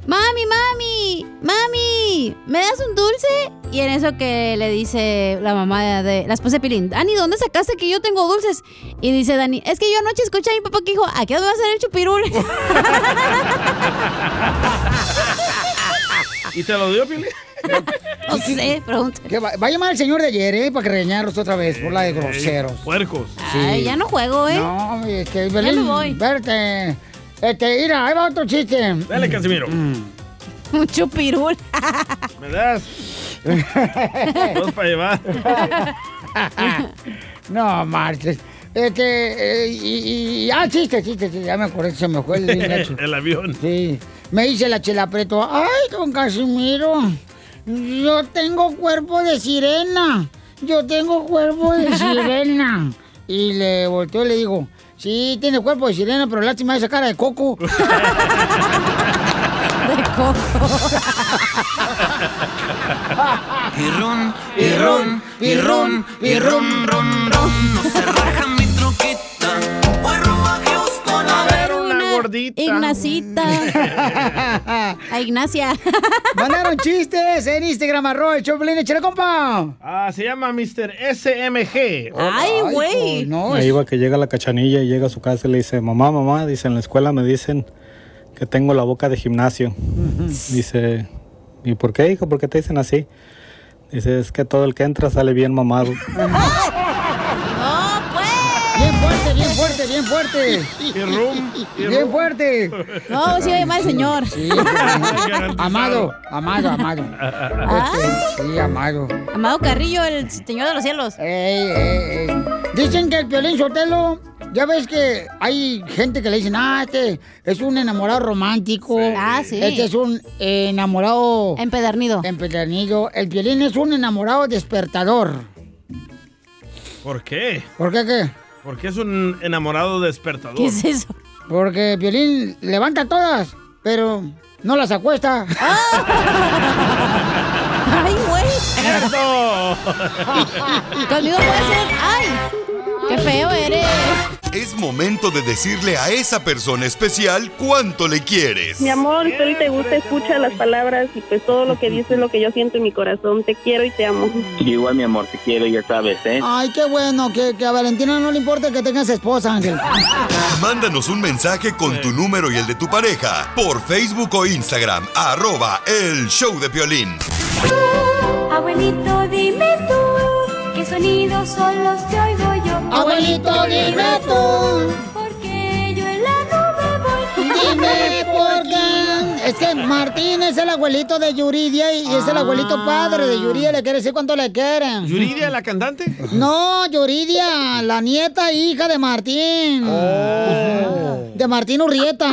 Mami, mami, mami, ¿me das un dulce? Y en eso que le dice la mamá de la esposa de Pelín, Dani, ¿dónde sacaste que yo tengo dulces? Y dice Dani, es que yo anoche escuché a mi papá que dijo, ¿a qué hora va a ser el chupirul? ¿Y te lo dio, Pili? No sé, pregunta. Va, va a llamar el señor de ayer, ¿eh? Para que regañarlos otra vez, por la de groseros. Ey, Puercos. Ay, ya no juego, ¿eh? No, hombre, es que Belén, me voy. Verte. Este, mira, ahí va otro chiste. Dale, Casimiro. Mm. Un chupirul. ¿Me das? Dos para llevar. no, marches. Este, eh, y, y- Ah, chiste, chiste, chiste. Ya me acordé, se me fue el bien gacho. El avión. Sí. Me dice la chela preto, ay, don Casimiro, yo tengo cuerpo de sirena, yo tengo cuerpo de sirena. Y le volteo y le digo, sí, tiene cuerpo de sirena, pero lástima esa cara de coco. de coco. Y ron, y ron, y ron, y ron, ron, ron. No se raja mi troquita. Voy rumbo a Houston a ver Una gordita. Ignacita. A Ignacia. Mandaron chistes en Instagram, arroba el Choplin, échale compa. Ah, se llama Mr. SMG. oh, Ahí va que llega la cachanilla y llega a su casa y le dice, mamá, mamá, dice, en la escuela me dicen que tengo la boca de gimnasio. Dice, ¿y por qué, hijo? ¿Por qué te dicen así? Dice, es que todo el que entra sale bien mamado. Bien fuerte, bien fuerte, bien fuerte. Bien fuerte. No, sí, además, señor. Sí, amado, amado, amado. Este, sí, amado. Amado Carrillo, el señor de los cielos. Dicen que el Piolín Sotelo Ya ves que hay gente que le dicen, ah, este es un enamorado romántico. Ah, sí. Este es un eh, enamorado. Empedernido. Empedernido. El violín es un enamorado despertador. ¿Por qué? ¿Por qué qué? ¿Por qué es un enamorado despertador? Porque violín levanta todas, pero no las acuesta. Ah. ¡Ay, güey! Conmigo puede ser. ¡Ay! ¡Qué feo eres! Es momento de decirle a esa persona especial cuánto le quieres. Mi amor, si hoy te gusta, escucha las palabras y pues todo lo que dices es lo que yo siento en mi corazón. Te quiero y te amo. Igual, mi amor, te quiero, ya sabes, ¿eh? Ay, qué bueno, que, que a Valentina no le importa que tengas esposa, Ángel. Mándanos un mensaje con tu número y el de tu pareja por Facebook o Instagram, arroba el show de Piolín. Abuelito, dime tú, ¿qué sonidos son los que oigo yo? Abuelito, dime tú. Porque yo en la nube voy. Dime por qué. Es que Martín es el abuelito de Yuridia y es el abuelito padre de Yuridia. Le quiere decir cuánto le quieren. Ah. ¿Yuridia, la cantante? No, Yuridia, la nieta e hija de Martín. Oh. De Martín Urrieta.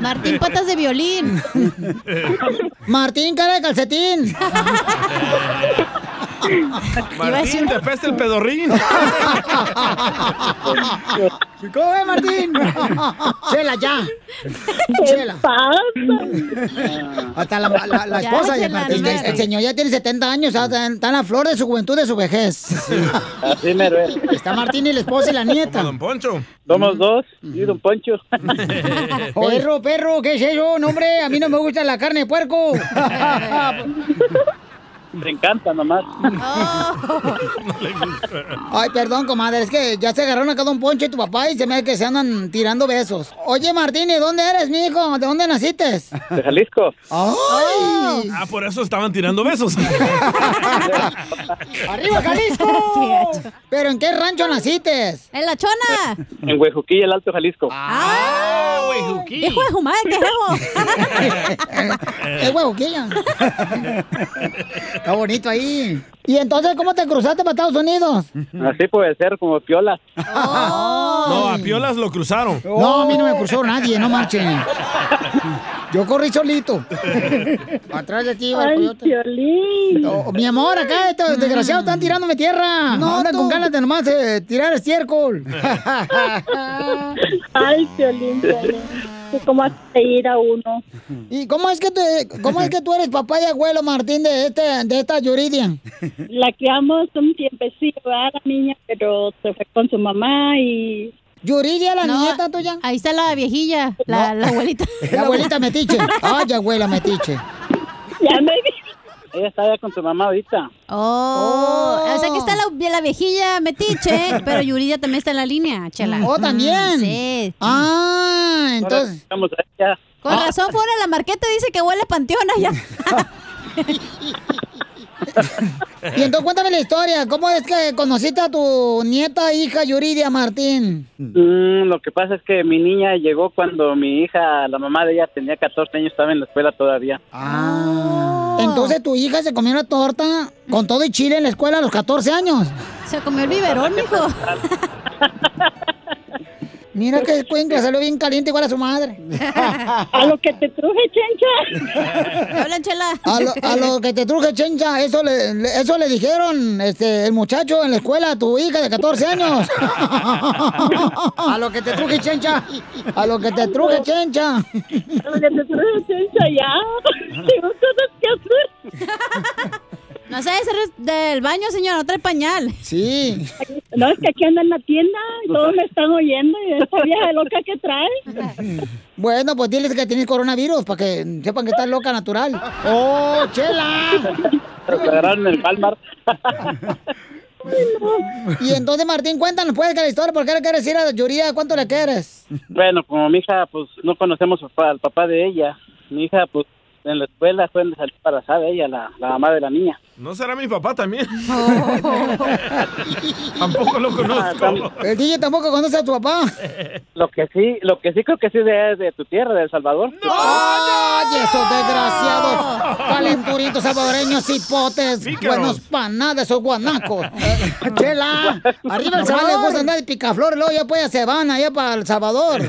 Martín Patas de Violín. Martín Cara de Calcetín. Iba a Martín, decir- te peste el pedorrín. ¿Cómo es, Martín? Chela, ya. Chela. Hasta la, la- la Ya, esposa de chela, Martín. no El, marches. señor ya tiene 70 años, ah, está está en la flor de su juventud, de su vejez. Así mero es. Está Martín y la esposa y la nieta. Don Poncho. Mm. Somos dos y Don Poncho. Perro, perro, ¿qué sé yo? No, hombre, a mí no me gusta la carne de puerco. Te encanta nomás. Ay, perdón, comadre, es que ya se agarraron acá Don Poncho y tu papá y se me ve que se andan tirando besos. Oye, Martín, ¿y dónde eres, mijo? ¿De dónde naciste? De Jalisco. ¡Ay! Ah, por eso estaban tirando besos. ¡Arriba, Jalisco! ¿Pero en qué rancho naciste? ¡En la chona! En Huejuquilla, el Alto Jalisco. ¡Ah! ¡Hijo de su madre, te amo! ¡Qué huevoquilla! Está bonito ahí. ¿Y entonces cómo te cruzaste para Estados Unidos? Así puede ser, como piola. Oh. No, a Piolas lo cruzaron. No, a mí no me cruzó nadie, no marchen. Yo corrí solito. Atrás de ti, Ay, No, mi amor, acá estos desgraciados están tirándome tierra. No, andan con ganas de nomás eh, tirar estiércol. Ay, Piolín, Piolín. Tú ¿Cómo hace ir a uno? ¿Y cómo es que te- cómo es que tú eres papá y abuelo, Martín, de este, de esta Yuridia? La criamos un tiempecillo, ¿verdad? La niña, pero se fue con su mamá y... Yuridia, la nieta tuya. Ahí está la viejilla, la, No. la abuelita. La abuelita metiche. Ay, abuela metiche. Ya me Ella está allá con tu mamá ahorita. Oh, o sea que está la, la viejilla metiche, pero Yuridia también está en la línea, chela. Oh, también. Mm, sí. Ah, entonces. Vamos a ella. Con razón fuera la marqueta dice que huele a panteón allá. Y entonces cuéntame la historia. ¿Cómo es que conociste a tu nieta hija Yuridia Martín? Mm, lo que pasa es que mi niña llegó cuando mi hija, la mamá de ella, tenía 14 años, estaba en la escuela todavía. Ah. Oh. Entonces tu hija se comió una torta con todo y chile en la escuela a los 14 años. Se comió el biberón, mijo. Mira que cuenca, salió bien caliente igual a su madre. A lo que te truje, chencha. Hola, chela. A lo, a lo que te truje, chencha, eso le, le- eso le dijeron este, el muchacho en la escuela a tu hija de 14 años. a lo que te truje, chencha. A lo que te truje, chencha. A lo que te truje, chencha, ya. Tengo cosas que hacer. No sé, ese es del baño, señor, otro pañal. Sí. No, es que aquí anda en la tienda y todos me están oyendo y esta vieja loca que trae. Bueno, pues diles que tienes coronavirus para que sepan que estás loca natural. ¡Oh, chela! Pero se agarraron en el Palmar. Y entonces, Martín, cuéntanos, puedes que la historia, ¿por qué le quieres ir a Yuridia? ¿Cuánto le quieres? Bueno, como mi hija, pues no conocemos al papá- al papá de ella. Mi hija, pues en la escuela fue donde salió embarazada ella, la, la mamá de la niña. ¿No será mi papá también? Tampoco lo conozco. El DJ tampoco conoce a tu papá. Lo que sí, lo que sí creo que sí es de tu tierra, de El Salvador. ¡Ay, esos desgraciados! Calenturitos salvadoreños, hipotes, Pícaros. buenos panadas, esos guanacos. Eh, ¡Chela! Arriba el Salvador les gusta andar de picaflor, luego ya pues ya se van allá para El Salvador.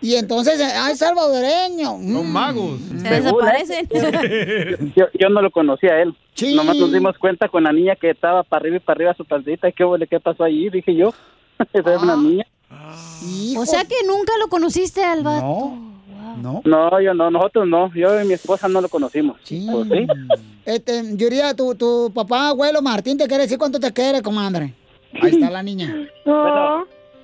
y entonces, eh, ¡ay, salvadoreño! mm. Son magos. ¿eh? Se desaparecen. Yo, yo no lo conocía a él. Nomás nos dimos cuenta con la niña que estaba para arriba y para arriba su pancita. ¿Qué, huele? ¿Qué pasó ahí? Dije yo. Esa es una niña. O sea que nunca lo conociste al vato. ¿No? No, yo no, nosotros no. Yo y mi esposa no lo conocimos. Pues sí. Este, Yuria, tu, tu papá, abuelo Martín, te quiere decir cuánto te quiere, comadre. Ahí está la niña.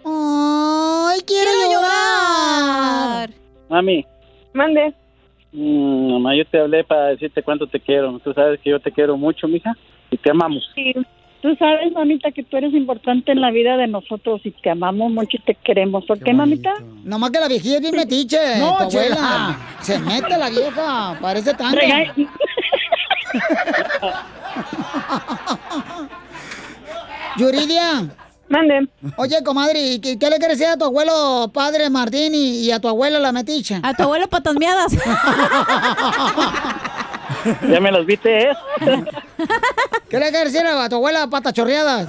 ¡Ay, quiero, llorar! Mami. Mande. Mm, mamá, yo te hablé para decirte cuánto te quiero. Tú sabes que yo te quiero mucho, mija. Y te amamos. Sí. Tú sabes, mamita, que tú eres importante en la vida de nosotros y te amamos mucho y te queremos. ¿Por qué, mamita? Nomás que la viejilla es bien metiche, No, tu abuela. chela. Se mete la vieja, parece tan. Rega- Yuridia. Mande. Oye, comadre, ¿y ¿qué, qué le quieres decir a tu abuelo padre Martín y, y a tu abuela la meticha? A tu abuelo patasmeadas. ¿Ya me las viste, eh? ¿Qué le quieres decir a tu abuela patachorreadas?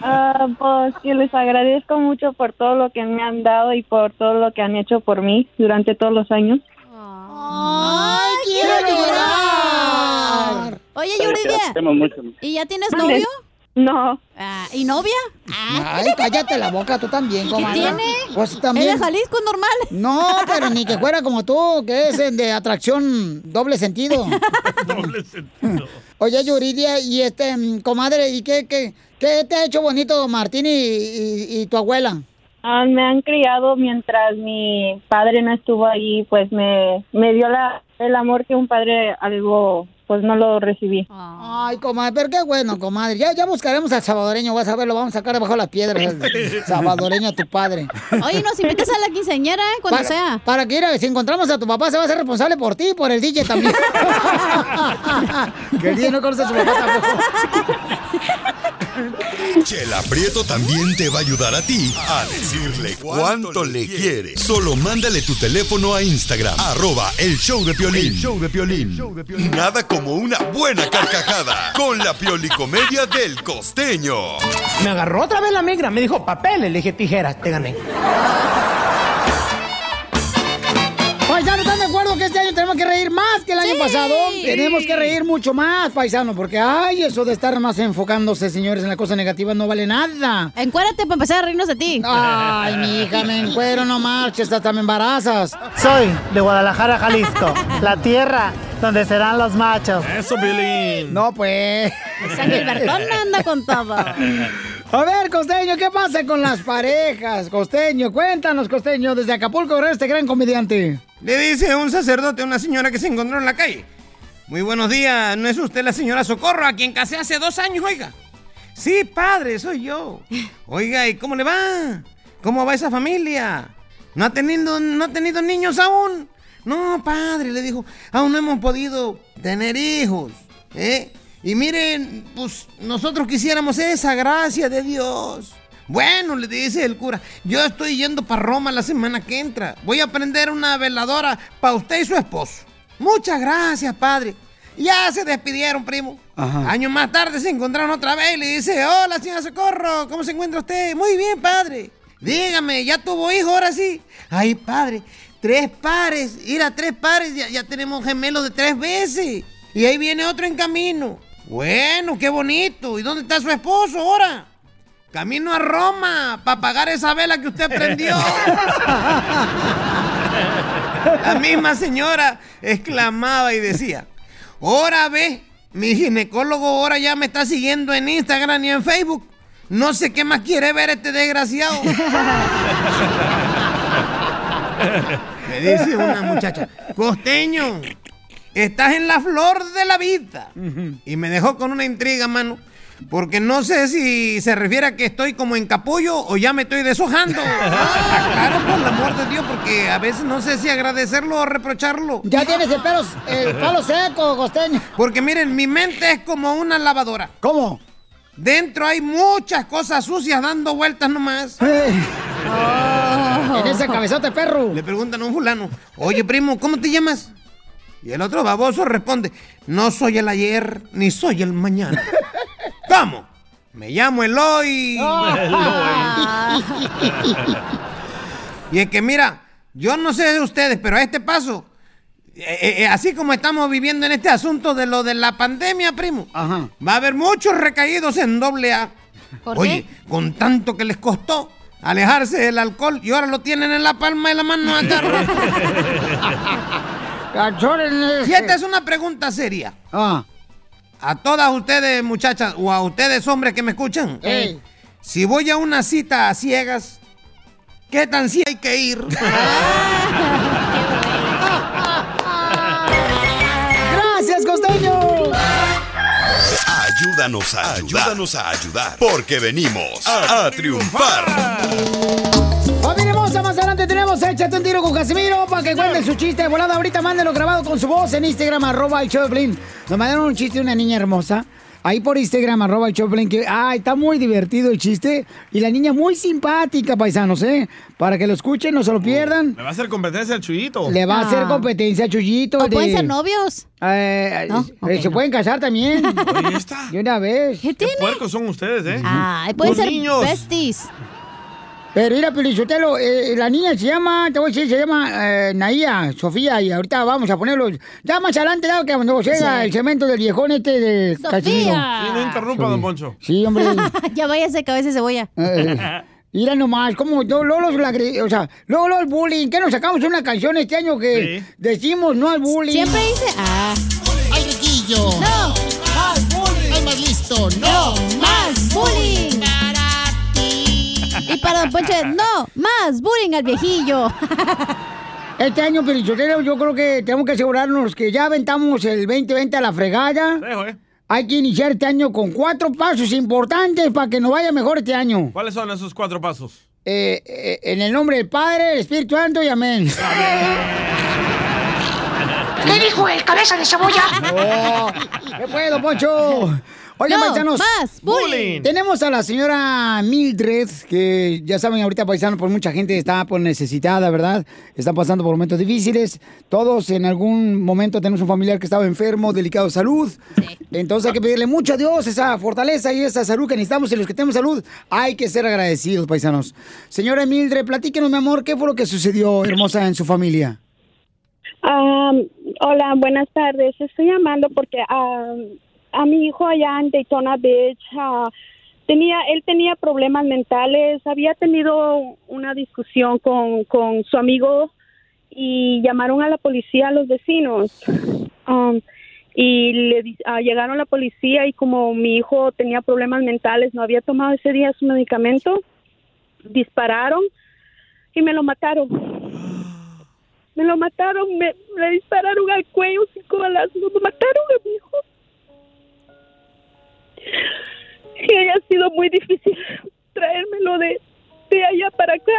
Ah, pues que les agradezco mucho por todo lo que me han dado y por todo lo que han hecho por mí durante todos los años. ¡Ay, quiero llorar! Oye, Yuridia, ¿y ya tienes novio? No. Ah, ¿Y novia? Ay, cállate la boca, tú también, comadre. tiene? Pues también. ¿Es de Jalisco normal? No, pero ni que fuera como tú, que es el de atracción doble sentido. Oye, Yuridia, y este, mm, comadre, ¿y qué, qué, qué te ha hecho bonito Martín y, y- y tu abuela? Ah, me han criado mientras mi padre no estuvo ahí, pues me, me dio la, el amor que un padre algo, pues no lo recibí. Ay, comadre, pero qué bueno, comadre. Ya, ya buscaremos al salvadoreño, vas a ver, lo vamos a sacar debajo de las piedras. el Salvadoreño, tu padre. Oye, nos invitas a la quinceañera, ¿eh? Cuando para, sea. Para que, mira, si encontramos a tu papá, se va a hacer responsable por ti y por el DJ también. que el DJ no conoce a su papá tampoco. Chela Prieto también te va a ayudar a ti a decirle cuánto le quiere. Solo mándale tu teléfono a Instagram, arroba el show de Piolín. El Nada como una buena carcajada con la piolicomedia del costeño. Me agarró otra vez la migra, me dijo papeles, le dije tijeras, te gané. Paisano, ¿están de acuerdo que este año tenemos que reír más que el año Sí. pasado? Tenemos que reír mucho más, paisano, porque ay, eso de estar más enfocándose, señores, en la cosa negativa no vale nada. Encuérdate para empezar a reírnos de ti. Ay, mi hija, me encuero, no marches, hasta me embarazas. Soy de Guadalajara, Jalisco, la tierra donde serán los machos. Eso, Billy. No, pues. San Gilbertón anda con todo. A ver, Costeño, ¿qué pasa con las parejas? Costeño, cuéntanos, Costeño, desde Acapulco, Guerrero, este gran comediante. Le dice un sacerdote a una señora que se encontró en la calle. Muy buenos días, ¿no es usted la señora Socorro, a quien casé hace dos años, oiga? Sí, padre, soy yo. Oiga, ¿y cómo le va? ¿Cómo va esa familia? ¿No ha tenido, no ha tenido niños aún? No, padre, le dijo, aún no hemos podido tener hijos. ¿eh? Y miren, pues nosotros quisiéramos esa gracia de Dios. Bueno, le dice el cura, yo estoy yendo para Roma la semana que entra. Voy a prender una veladora para usted y su esposo. Muchas gracias, padre. Ya se despidieron, primo. Años más tarde se encontraron otra vez y le dice, hola señora Socorro, ¿cómo se encuentra usted? Muy bien, padre. Dígame, ¿ya tuvo hijo ahora sí? Ay, padre, tres pares, ir a tres pares, ya, ya tenemos gemelos de tres veces. Y ahí viene otro en camino. Bueno, qué bonito. ¿Y dónde está su esposo ahora? Camino a Roma para pagar esa vela que usted prendió. La misma señora exclamaba y decía, ahora ve, mi ginecólogo ahora ya me está siguiendo en Instagram y en Facebook. No sé qué más quiere ver este desgraciado. Me dice una muchacha, costeño, estás en la flor de la vida. Y me dejó con una intriga, mano. Porque no sé si se refiere a que estoy como en capullo o ya me estoy deshojando. Claro, por el amor de Dios, porque a veces no sé si agradecerlo o reprocharlo. Ya tienes el pelo, el palo seco, costeño. Porque miren, mi mente es como una lavadora. ¿Cómo? Dentro hay muchas cosas sucias dando vueltas nomás. En ese cabezote, perro. Oh. Le preguntan a un fulano, oye primo, ¿cómo te llamas? Y el otro baboso responde, no soy el ayer ni soy el mañana. ¿Cómo? Me llamo Eloy. y es que mira, yo no sé de ustedes, pero a este paso, eh, eh, eh, así como estamos viviendo en este asunto de lo de la pandemia, primo, va a haber muchos recaídos en doble A. ¿Por Oye, con tanto que les costó alejarse del alcohol y ahora lo tienen en la palma de la mano agarra. y esta es una pregunta seria. A todas ustedes, muchachas, o a ustedes, hombres que me escuchan. Ey. Si voy a una cita a ciegas, ¿qué tan sí hay que ir? ¡Gracias, costeño! Ayúdanos a ayudar. Ayúdanos a ayudar. Porque venimos a, a triunfar. Familia hermosa, más adelante tenemos Échate un tiro con Casimiro para que cuente su chiste de volada. Ahorita mándelo grabado con su voz en Instagram, arroba el show de Piolín. Nos mandaron un chiste de una niña hermosa. Ahí por Instagram, arroba el show de Piolín, que, ay, está muy divertido el chiste. Y la niña muy simpática, paisanos, ¿eh? Para que lo escuchen, no Oh. se lo pierdan. Le va a hacer competencia al Chuyito. Le va a hacer competencia a Chuyito. Ah. ¿O pueden ser novios? se pueden casar también. De una vez. ¿Qué Qué puercos son ustedes, ¿eh? Ay, Los niños. besties. Pero mira, Pelichotelo, eh, la niña se llama, te voy a decir, se llama eh, Naía, Sofía, y ahorita vamos a ponerlo. Ya más adelante, ya que cuando llega Sí. el cemento del viejón este de ¡Sofía! Casimiro. Sí, no interrumpa, don Poncho. Sí, hombre. ya váyase cabeza de cebolla. Eh, Mira nomás, como luego los lagri- o sea, luego luego el bullying, que nos sacamos una canción este año que decimos no al bullying. Siempre dice, ah. Al riquillo. No. Más bullying. Al más listo. No. ¡Más bullying! Y para Don Poncho, no, más bullying al viejillo. Este año, Pelichotero, yo creo que tenemos que asegurarnos que ya aventamos el 2020 a la fregada. Hay que iniciar este año con cuatro pasos importantes para que nos vaya mejor este año. ¿Cuáles son esos cuatro pasos? Eh, eh, en el nombre del Padre, del Espíritu Santo y amén. ¿Qué dijo el cabeza de cebolla? ¿Qué puedo, Poncho? Oigan, No, paisanos. más bullying. Tenemos a la señora Mildred, que ya saben, ahorita paisano, por mucha gente está por necesitada, ¿verdad? Están pasando por momentos difíciles. Todos en algún momento tenemos un familiar que estaba enfermo, delicado de salud. Entonces hay que pedirle mucho a Dios esa fortaleza y esa salud que necesitamos. Y los que tenemos salud, hay que ser agradecidos, paisanos. Señora Mildred, platíquenos, mi amor, ¿qué fue lo que sucedió, hermosa, en su familia? Am, hola, buenas tardes. Estoy llamando porque am, a mi hijo allá en Daytona Beach ah, tenía, él tenía problemas mentales. Había tenido una discusión con, con su amigo y llamaron a la policía a los vecinos. Am, y le di- ah, llegaron la policía y como mi hijo tenía problemas mentales, no había tomado ese día su medicamento, dispararon y me lo mataron. Me lo mataron, me, le dispararon al cuello cinco balazos, lo mataron a mi hijo. Y haya sido muy difícil traérmelo de, de allá para acá.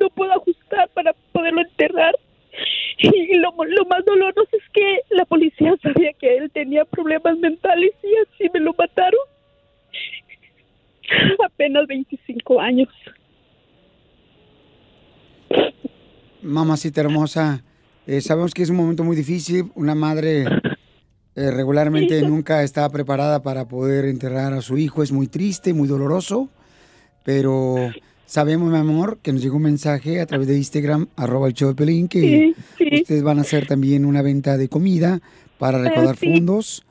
No puedo ajustar para poderlo enterrar. Y lo, lo más doloroso es que la policía sabía que él tenía problemas mentales y así me lo mataron. Apenas 25 años. Mamacita hermosa, eh, sabemos que es un momento muy difícil. Una madre eh, regularmente nunca está preparada para poder enterrar a su hijo. Es muy triste, muy doloroso. Pero sabemos, mi amor, que nos llegó un mensaje a través de Instagram, arroba el show de Pelín, que ustedes van a hacer también una venta de comida para recaudar sí. fondos.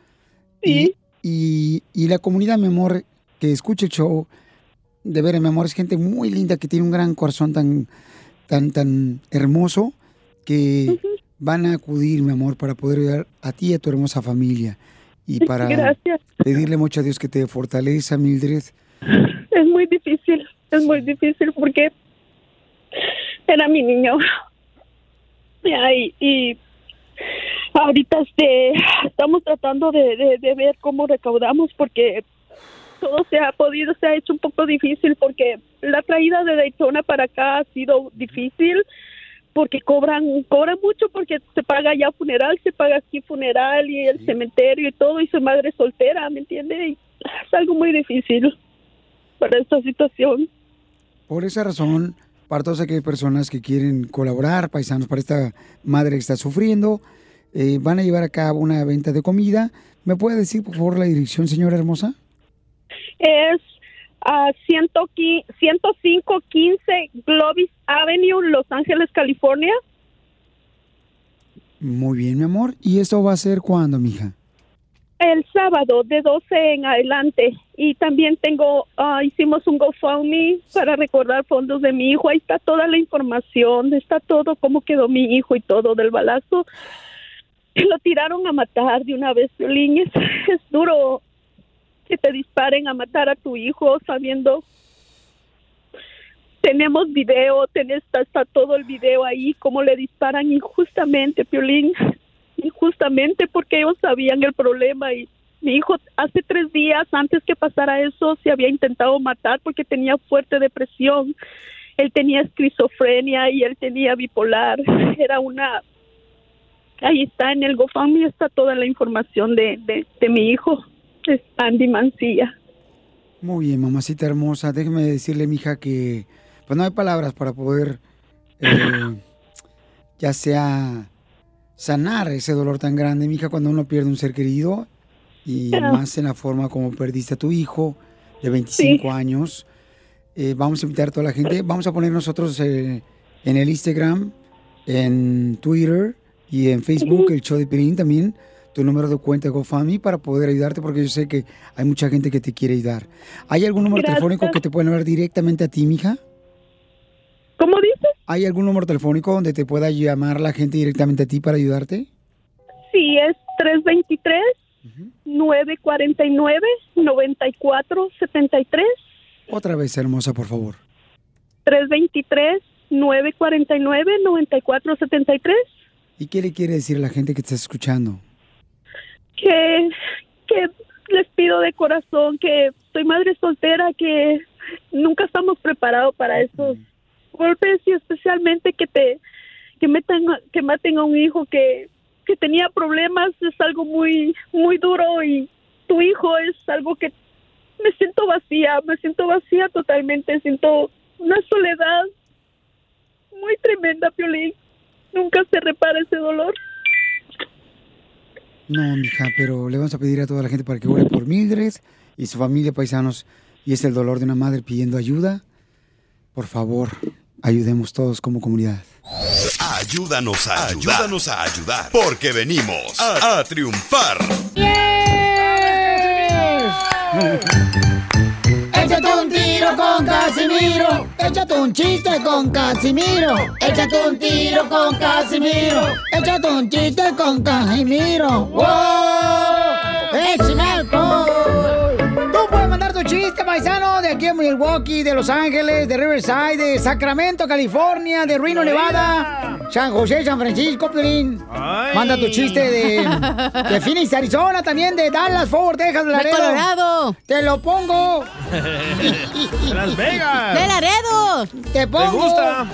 Y- Y, y la comunidad, mi amor, que escucha el show, de ver, mi amor, es gente muy linda que tiene un gran corazón tan, tan, tan hermoso que van a acudir, mi amor, para poder ayudar a ti y a tu hermosa familia. Y para Gracias. pedirle mucho a Dios que te fortaleza, Mildred. Es muy difícil, es muy difícil porque era mi niño. Ya, Y, y ahorita este, estamos tratando de, de- de ver cómo recaudamos porque todo se ha podido, se ha hecho un poco difícil porque la traída de Daytona para acá ha sido difícil porque cobran, cobran mucho porque se paga ya funeral, se paga aquí funeral y el cementerio y todo y su madre es soltera, ¿me entiende? Y es algo muy difícil para esta situación. Por esa razón, para todas aquellas personas que quieren colaborar, paisanos, para esta madre que está sufriendo, eh, van a llevar a cabo una venta de comida. ¿Me puede decir, por favor, la dirección, señora hermosa? Es ah, a 10515 Globis Avenue, Los Ángeles, California. Muy bien, mi amor. ¿Y esto va a ser cuándo, mija? El sábado de 12 en adelante. Y también tengo, ah, hicimos un GoFundMe para recordar fondos de mi hijo. Ahí está toda la información, está todo cómo quedó mi hijo y todo del balazo. Lo tiraron a matar de una vez, Violín. Es, es duro que te disparen a matar a tu hijo sabiendo. Tenemos video, ten, está, está todo el video ahí, cómo le disparan injustamente, Piolín, injustamente porque ellos sabían el problema y mi hijo hace tres días antes que pasara eso se había intentado matar porque tenía fuerte depresión, él tenía esquizofrenia y él tenía bipolar, era una... Ahí está en el GoFundMe, está toda la información de, de, de mi hijo es Andy Mancilla. Muy bien, mamacita hermosa. Déjeme decirle, mija, que pues no hay palabras para poder, eh, ya sea sanar ese dolor tan grande, mija, cuando uno pierde un ser querido y Claro. más en la forma como perdiste a tu hijo de 25 años. Eh, vamos a invitar a toda la gente. Vamos a poner nosotros eh, en el Instagram, en Twitter y en Facebook, el show de Pirín también, tu número de cuenta de GoFundMe para poder ayudarte, porque yo sé que hay mucha gente que te quiere ayudar. ¿Hay algún número Gracias. telefónico que te pueden hablar directamente a ti, mija? ¿Cómo dices? ¿Hay algún número telefónico donde te pueda llamar la gente directamente a ti para ayudarte? Sí, es 323 949 9473 Otra vez, hermosa, por favor. 323 949 9473 ¿Y qué le quiere decir a la gente que te está escuchando? que que les pido de corazón que soy madre soltera que nunca estamos preparados para esos golpes y especialmente que te que metan que maten a un hijo que que tenía problemas es algo muy muy duro y tu hijo es algo que me siento vacía me siento vacía totalmente siento una soledad muy tremenda Piolín nunca se repara ese dolor No, mija, pero le vamos a pedir a toda la gente para que ore por Mildred y su familia, paisanos. Y es el dolor de una madre pidiendo ayuda. Por favor, ayudemos todos como comunidad. Ayúdanos a ayudar. Ayúdanos a ayudar. Porque venimos a, a triunfar. Échate un tiro con Casimiro. Échate un chiste con Casimiro. Échate un tiro con Casimiro. Échate un chiste con Casimiro. ¡Wow! ¡Échame alcohol! Tú puedes mandar tu chiste, paisano, de aquí en Milwaukee, de Los Ángeles, de Riverside, de Sacramento, California, de Reno, Nevada, San José, San Francisco, Piolín. Manda tu chiste de, de Phoenix, Arizona, también de Dallas, Fort Worth, Texas, Laredo. Colorado. Te lo pongo. Las Vegas. ¡De Laredo! ¡Te pongo! gusta?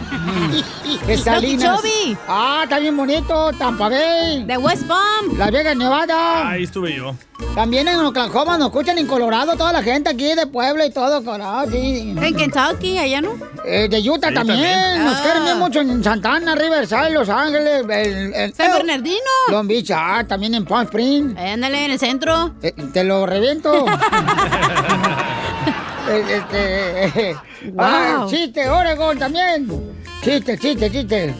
De Salinas. Okeechobee. ¡Ah, está bien bonito! Tampa Bay. De West Palm. Las Vegas, Nevada. Ahí estuve yo. También en Oklahoma nos escuchan en Colorado, toda la gente aquí de Puebla y todo, Colorado, sí. En Kentucky, allá no. de Utah Sí, también. también. Nos Ah. quieren bien mucho en Santana, Riverside, Los Ángeles, el, San Bernardino. Long Beach, ah, también en Palm Springs. ándale, en el centro. te lo reviento. Eh, este, eh, ah, Wow. chiste, Oregon también. Chiste, chiste, chiste.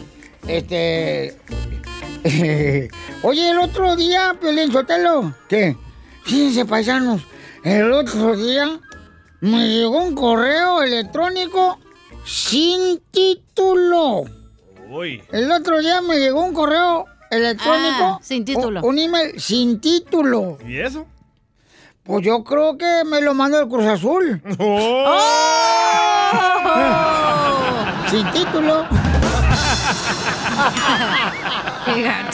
Este. oye, el otro día, Piolín Sotelo. ¿Qué? Fíjense, paisanos. El otro día me llegó un correo electrónico sin título. Uy. El otro día me llegó un correo electrónico. Ah, sin título. Un, un email sin título. ¿Y eso? Pues yo creo que me lo mandó el Cruz Azul. Sin título.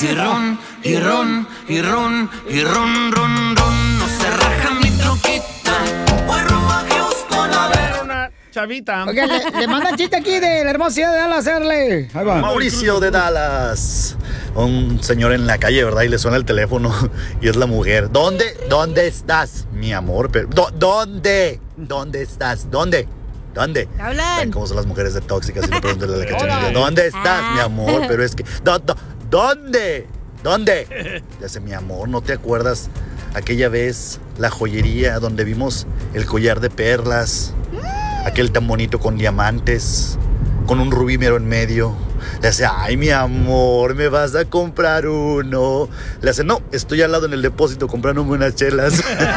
Y ron, y ron, y ron, y ron, ron, ron, no se raja mi troquita. Voy chavita. Oiga, le, le mandan chiste aquí de la hermosa ciudad de Dallas, hacerle. Ahí va. Mauricio de Dallas. Un señor en la calle, ¿verdad? Y le suena el teléfono y es la mujer. ¿Dónde? ¿Dónde estás, mi amor? Pero, ¿dó- ¿Dónde? ¿Dónde estás? ¿Dónde? ¿Dónde? ¿Saben cómo son las mujeres de tóxicas? Y no pregúntale a la cachanilla. ¿Dónde estás, mi amor? Pero es que... ¿dó- dó- ¿Dónde? ¿Dónde? Le Dice, mi amor, ¿no te acuerdas aquella vez la joyería donde vimos el collar de perlas? Aquel tan bonito con diamantes, con un rubí mero en medio. Le dice, ay, mi amor, ¿me vas a comprar uno? Le dice, no, estoy al lado en el depósito comprándome unas chelas.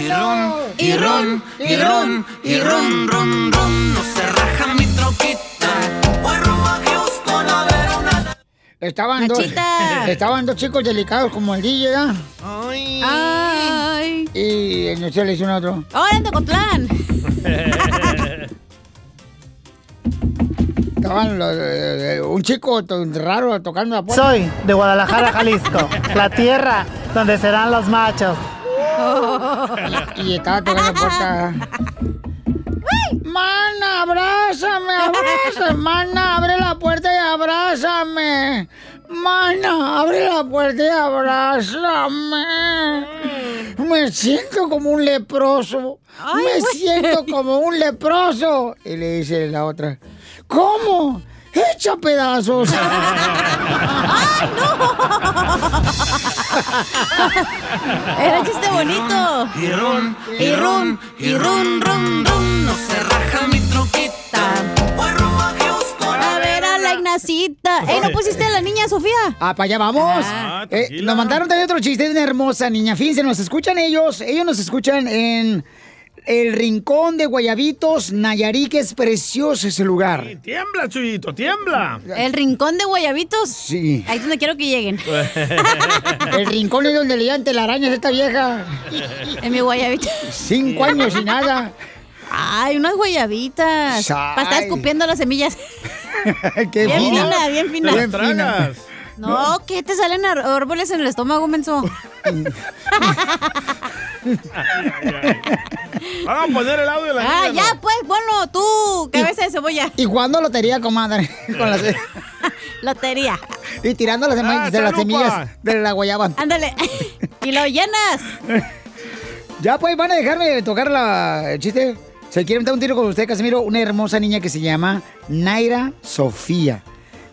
Y ron, y ron, y ron, y ron, ron, ron, no se raja mi troquita. Voy rumbo a Houston a ver una... Estaban dos, Nachita. estaban dos chicos delicados como el DJ, ¿verdad? Ay. Y el Nachita le hizo un otro. Ahora en Tocotlán. Estaban los, eh, eh, un chico to- raro tocando la puerta. Soy de Guadalajara, Jalisco, la tierra donde serán los machos. Y estaba tocando la puerta. Mana, abrázame, abrázame. Mana, abre la puerta y abrázame. Mana, abre la puerta y abrázame. Me siento como un leproso. Me siento como un leproso. Y le dice la otra, ¿cómo? Hecha pedazos. ¡Ay, no! Era chiste bonito. Y ron, y ron, y ron, ron, ron, no se raja mi troquita. Voy rumbo a Houston A ver a la Ignacita. ¡Ey, no pusiste a la niña Sofía! Ah, Ah, para allá vamos. Eh, nos mandaron también otro chiste de una hermosa niña. Fíjense, nos escuchan ellos. Ellos nos escuchan en el rincón de Guayabitos, Nayarí, que es precioso ese lugar. Tiembla, Chuyito, tiembla. ¿El rincón de Guayabitos? Sí. Ahí es donde quiero que lleguen. El rincón es donde le dan telarañas a esta vieja. En mi guayabita. Cinco años y nada. Ay, unas guayabitas. Ay. Para estar escupiendo las semillas. Qué bien fina. fina, bien fina. Bien fina. No, que te salen ar- árboles en el estómago, menso. Vamos a poner el audio de la Ah, niña, ya, pues, ponlo tú, cabeza de cebolla. Y jugando lotería, comadre. Con las- Lotería. y tirando las, sema- Ah, de las chalupa. semillas de la guayaba. Ándale. y lo llenas. Ya, pues, van a dejarme tocar la, el chiste. Se quieren dar un tiro con usted, Casimiro. Una hermosa niña que se llama Naira Sofía.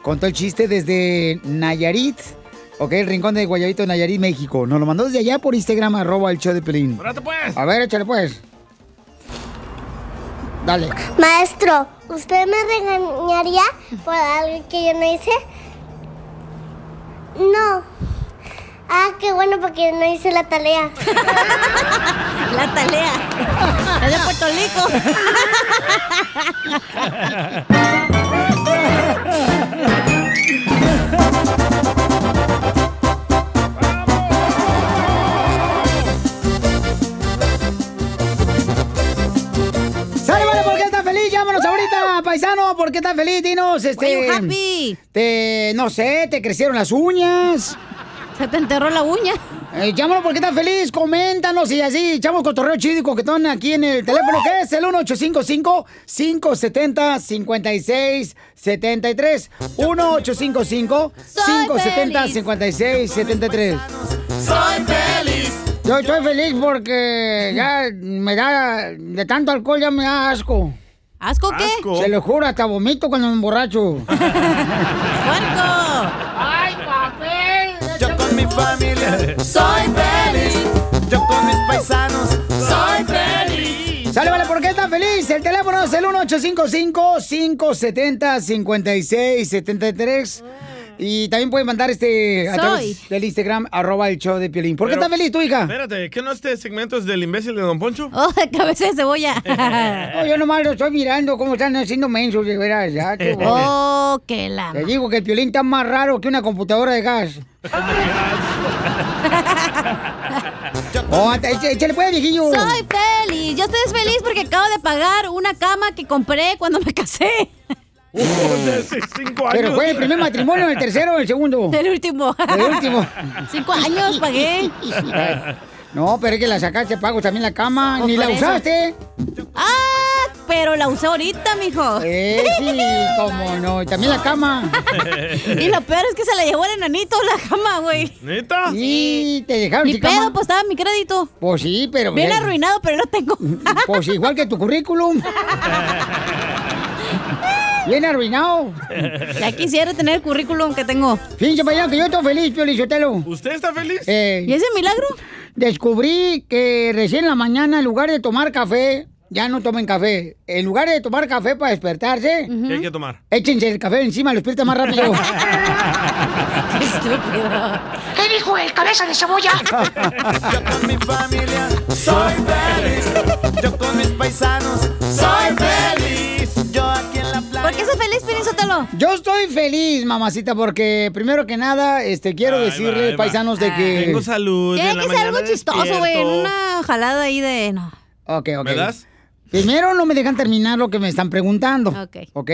Contó el chiste desde Nayarit. Ok, el rincón de Guayabito, Nayarit, México. Nos lo mandó desde allá por Instagram, arroba el show de Pelín. A ver, échale pues. Dale. Maestro, ¿usted me regañaría por algo que yo no hice? No. Ah, qué bueno porque yo no hice la tarea. la tarea. Es de Puerto Rico. ¡Sale, vale! ¿Por qué estás feliz? Llámanos ahorita, paisano. ¿Por qué estás feliz? Dinos, este... you happy? Te, no sé, te crecieron las uñas. Se te enterró la uña. llámanos porque estás feliz, coméntanos y así echamos cotorreo chido y coquetón aquí en el teléfono que es el 1855-570-5673. 1855-570-5673. Soy feliz. Yo estoy feliz porque ya me da, de tanto alcohol ya me da asco. ¿Asco qué? Asco. Se lo juro, hasta vomito cuando me emborracho. ¡Puerco! ¡Ay, papel! Yo con mi familia soy feliz. Yo con mis paisanos soy feliz. Sale, vale, ¿por qué estás feliz? El teléfono es el 1855-570-5673. Y también pueden mandar este a Soy. través del Instagram, arroba el show de Piolín. ¿Por qué Pero- estás feliz tu hija? Espérate, ¿qué no este segmento es del imbécil de Don Poncho? Oh, cabeza de cebolla. No, yo nomás lo estoy mirando cómo están haciendo mensos, de veras. ya, qué bueno. Oh, qué la. Te digo que el Piolín está más raro que una computadora de gas. Oh, hasta- échale échale, pues, viejillo. Soy feliz. Yo estoy feliz porque acabo de pagar una cama que compré cuando me casé. Pero fue el primer matrimonio, el tercero o el segundo. El último. El último. Cinco años pagué. No, pero es que la sacaste pago también la cama. Pues Ni la por eso. usaste. ¡Ah! Pero la usé ahorita, mijo. Eh, sí, cómo no. Y también la cama. Y lo peor es que se la llevó el enanito la cama, güey. ¿Neta? Sí, te dejaron Ni sin pedo, cama. pues estaba mi crédito. Pues sí, pero. Bien arruinado, pero no tengo. Pues igual que tu currículum. Bien arruinado. Ya quisiera tener el currículum que tengo. Fíjense, mañana que yo estoy feliz, Pio Lizotelo. ¿Usted está feliz? ¿Y ese milagro? Eh, Descubrí que recién en la mañana, en lugar de tomar café, ya no tomen café. En lugar de tomar café para despertarse, ¿Qué hay que tomar? échense el café encima, lo despierta más rápido. Estúpido. ¿Qué dijo el cabeza de cebolla? Yo con mi familia soy feliz. Yo con mis paisanos soy feliz. Yo aquí en la ¿Por qué estás feliz, Pirinzotelo? Yo estoy feliz, mamacita, porque primero que nada, este, quiero decirle, ahí va. paisanos, de que... Tengo salud, Tiene en la que ser algo mañana chistoso, güey. despierto. Una jalada ahí de. No. Ok, ok. ¿Me das? Primero no me dejan terminar lo que me están preguntando. Ok. Ok.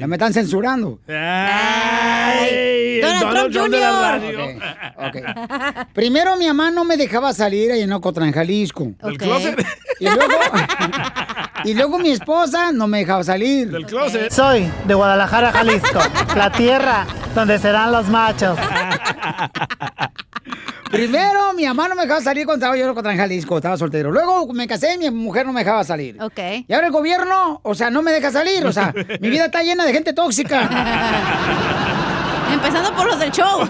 Ya me están censurando. Ah. Ay, Donald Trump Jr.. Primero mi mamá no me dejaba salir a Enocotra en Jalisco. ¿Del closet? Y luego, y luego mi esposa no me dejaba salir. Del closet. Soy de Guadalajara, Jalisco, la tierra donde serán los machos. Primero mi mamá no me dejaba salir cuando estaba yo en Ocotlán, en Jalisco, estaba soltero. Luego me casé y mi mujer no me dejaba salir. Ok. Y ahora el gobierno, o sea, no me deja salir, o sea, mi vida está llena de gente tóxica. Ah, Empezando por los del show.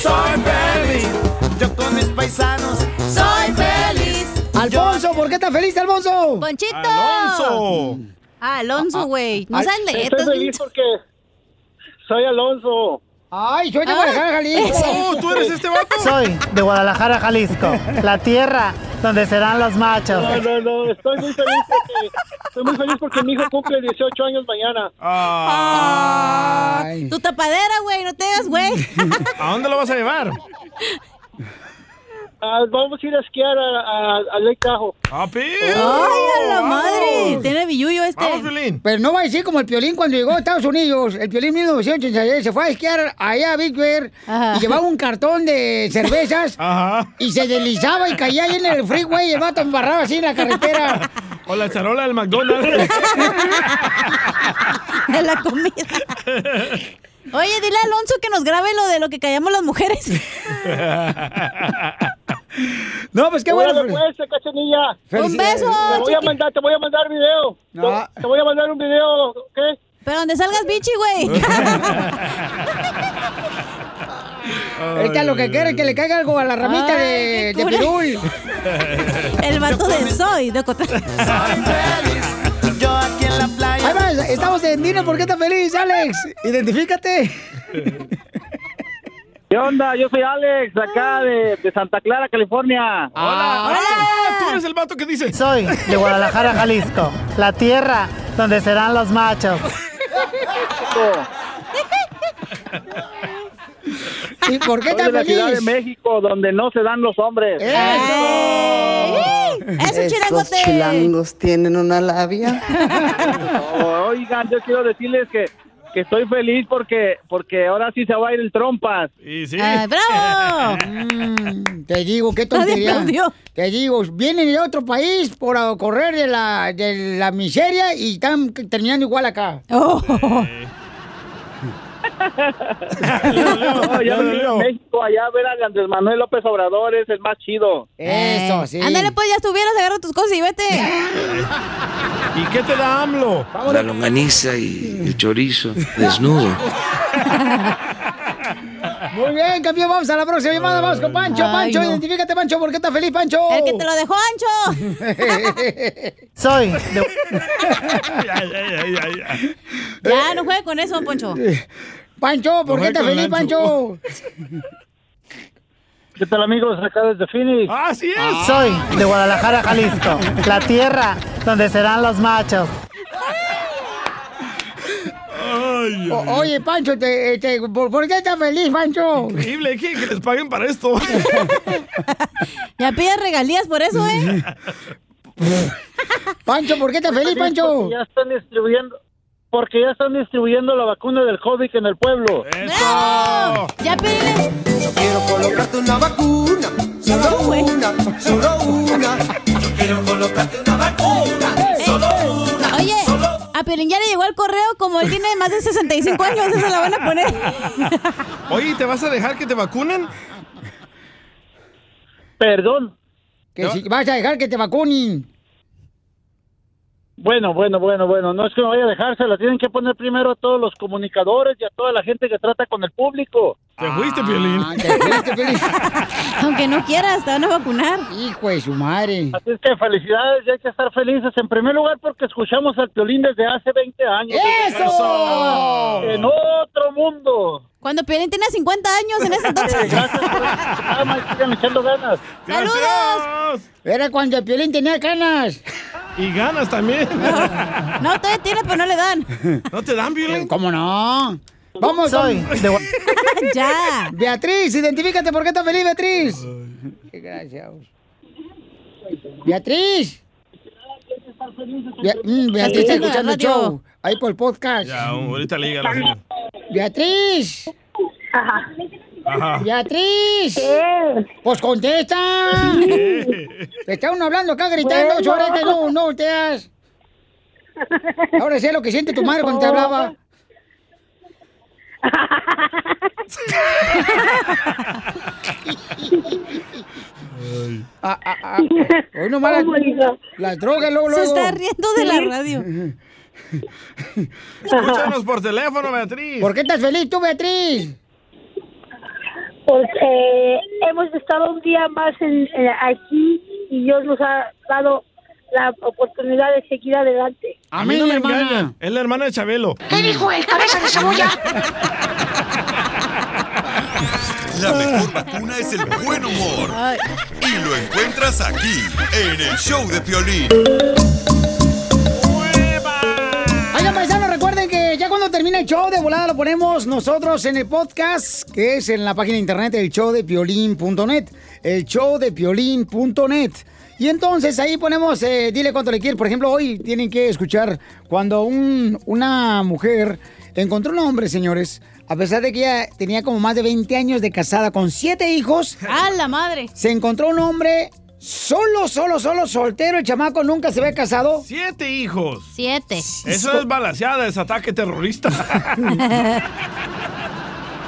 Soy feliz. Yo con mis paisanos soy feliz. Alfonso, ¿por qué estás feliz, Alfonso? ¡Ponchito! Alonso. Ah, Alonso, güey. No ay, sabes leer. estoy estás bien feliz ch- Soy Alonso. Ay, soy de Guadalajara, Jalisco. Oh, ¿tú eres este vato? Soy de Guadalajara, Jalisco, la tierra donde serán los machos. No, no, no, estoy muy feliz porque, estoy muy feliz porque mi hijo cumple 18 años mañana. Ah. Tu tapadera, güey. No te hagas, güey. ¿A dónde lo vas a llevar? Ah, vamos a ir a esquiar a, a, a Lake Tahoe. Ah, ¡Ay, a la madre! Tiene billullo este. Pero no va a decir como el Piolín cuando llegó a Estados Unidos. El Piolín 1986 se fue a esquiar allá a Big Bear y llevaba un cartón de cervezas y se deslizaba y caía ahí en el freeway y el vato embarraba así en la carretera. O la charola del McDonald's. De la comida. Oye, dile a Alonso que nos grabe lo de lo que callamos las mujeres. No, pues qué bueno. Pues, cachanilla. Un beso, Te voy a chiqui- mandar, te voy a mandar video. No. Te voy a mandar un video, ¿qué? Pero donde salgas bichi, güey. Ahorita lo que quiere es que le caiga algo a la ramita de, eh, Ay, qué de cura. pirul. El vato de soy, de Ocotlán. Yo aquí en la playa. estamos en Dino, ¿por qué estás feliz, Alex? Identifícate. ¿Qué onda? Yo soy Alex, acá de, de Santa Clara, California. Hola. Ah, tú eres el vato que dice. Soy de Guadalajara, Jalisco, la tierra donde serán los machos. ¿Y por qué Soy tan de la Ciudad de feliz? México, donde no se dan los hombres. Estos chilangos tienen una labia. Oigan, yo quiero decirles que, que estoy feliz porque porque ahora sí se va a ir el trompas. Y ¡Bravo! Mm. te digo, qué Nadie tontería. aplaudió. Te digo, vienen de otro país por a- correr de la, de la miseria y están c- terminando igual acá. Oh. No, ya me en México, allá ver al Andrés Manuel López Obrador es el más chido. Eh, Eso, Ándale, pues ya estuvieras, agarra tus cosas y vete. ¿Y qué te da AMLO? La longaniza y el chorizo desnudo. Muy bien, campeón, vamos a la próxima llamada. Vamos con Pancho. Ay, Pancho, no. identifícate, Pancho, ¿por qué estás feliz, Pancho? El que te lo dejó, Ancho. Soy de... Ya, no juegue con eso, Poncho. Eh, Pancho, ¿por No qué juegue estás con feliz, Pancho? ¿Qué tal, amigos? Acá desde Phoenix. Así es. Soy de Guadalajara, Jalisco, la tierra donde serán los machos. O- oye, Pancho, te- eh, te- ¿por, por qué estás feliz, Pancho? Increíble, que, que les paguen para esto. Ya pidas regalías por eso, ¿eh? Pancho, ¿por qué estás feliz, Porque Pancho? Ya están distribuyendo. porque ya están distribuyendo la vacuna del COVID en el pueblo. ¡Bravo! ¡Ya pídele! Yo quiero colocarte una vacuna, solo una, solo una. Yo quiero colocarte una vacuna, solo una. Oye, a Piolín ya le llegó el correo, como él tiene más de 65 años, esa la van a poner. Oye, ¿te vas a dejar que te vacunen? Perdón. Que si vas a dejar que te vacunen. Bueno, bueno, bueno, bueno, no es que me vaya a dejar, se la tienen que poner primero a todos los comunicadores y a toda la gente que trata con el público. Te fuiste, Piolín. Ah, pues, Aunque no quieras, te van a vacunar. Hijo de pues, su madre. Así es que felicidades, ya hay que estar felices. En primer lugar, porque escuchamos al Piolín desde hace 20 años. ¡Eso! ¡Eso! En otro mundo. Eh, Cuando Piolín tenía 50 años en ese Eh, entonces. pues. Gracias por programa y sigan echando ganas. ¡Saludos! Era cuando el Piolín tenía canas. Y ganas también. No, todavía tiene, pero no le dan. ¿No te dan, Piolín? Eh, ¿Cómo no? Vamos, Soy con- de Gua- ya. Beatriz, identifícate por qué estás feliz, Beatriz. Qué gracia. Beatriz. Bea- mm, Beatriz está Sí. escuchando el Radio. show. Ahí por el podcast. Ya, ahorita le llega a la señora. Beatriz. Ajá. Beatriz. Pues contesta. Te está uno hablando acá gritando, Bueno. chorete, no, no volteas. Ahora sé lo que siente tu madre cuando Oh. te hablaba. Ah, ah, ah. Hoy no malas. Oh, my God. Las drogas, luego, Se luego. está riendo de la radio. Escúchanos por teléfono, Beatriz. ¿Por qué estás feliz tú, Beatriz? porque eh, hemos estado un día más en, en- aquí y Dios nos ha dado la oportunidad de seguir adelante. A mí no me engañan. Es la hermana de Chabelo. ¿Qué dijo el cabeza de cebolla? La mejor vacuna es el buen humor. Y lo encuentras aquí, en el show de Piolín. Oigan, paisanos, recuerden que ya cuando termina el show de volada lo ponemos nosotros en el podcast, que es en la página de internet el show de piolín.net. El show de piolín.net. Y entonces ahí ponemos, eh, dile cuánto le quieres. Por ejemplo, hoy tienen que escuchar cuando un- una mujer encontró un hombre, señores, a pesar de que ella tenía como más de 20 años de casada con siete hijos. ¡A la madre! Se encontró un hombre solo, solo, solo, soltero. El chamaco nunca se había casado. Siete hijos. Siete. Eso es balaseada, es ataque terrorista.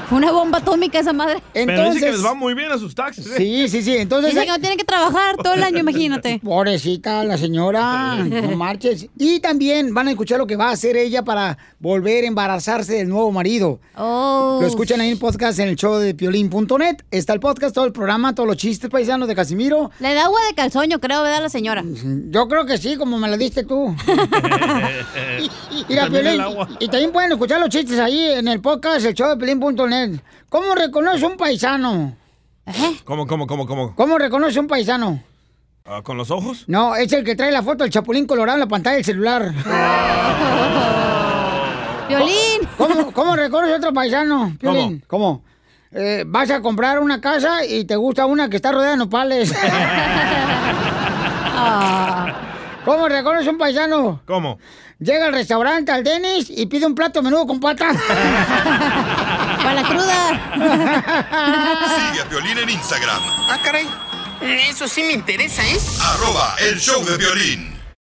Fue una bomba atómica esa madre. Pero dice que les va muy bien a sus taxis. ¿eh? Sí, sí, sí. Entonces. Dice que no tiene que trabajar todo el año, imagínate. Pobrecita la señora, no marches. Y también van a escuchar lo que va a hacer ella para volver a embarazarse del nuevo marido. Oh. Lo escuchan ahí en el podcast en el show de piolín.net. Está el podcast, todo el programa, todos los chistes paisanos de Casimiro. Le da agua de calzón, yo creo, ¿verdad, la señora? Yo creo que sí, como me la diste tú. Mira, También el Piolín, agua. y también pueden escuchar los chistes ahí en el podcast, el show de piolín.net. ¿Cómo reconoce un paisano? ¿Eh? ¿Cómo, cómo, cómo, cómo? ¿Cómo reconoce un paisano? Ah, ¿Con los ojos? No, es el que trae la foto del chapulín colorado en la pantalla del celular. Violín. ¿Cómo, cómo reconoce otro paisano? Piolín? ¿Cómo? Eh, vas a comprar una casa y te gusta una que está rodeada de nopales. Ah. ¿Cómo reconoce un paisano? ¿Cómo? Llega al restaurante al Denis y pide un plato menudo con pata. Para la Sigue a Piolín en Instagram, Ah, caray. Eso sí me interesa, ¿eh? arroba el show de Piolín.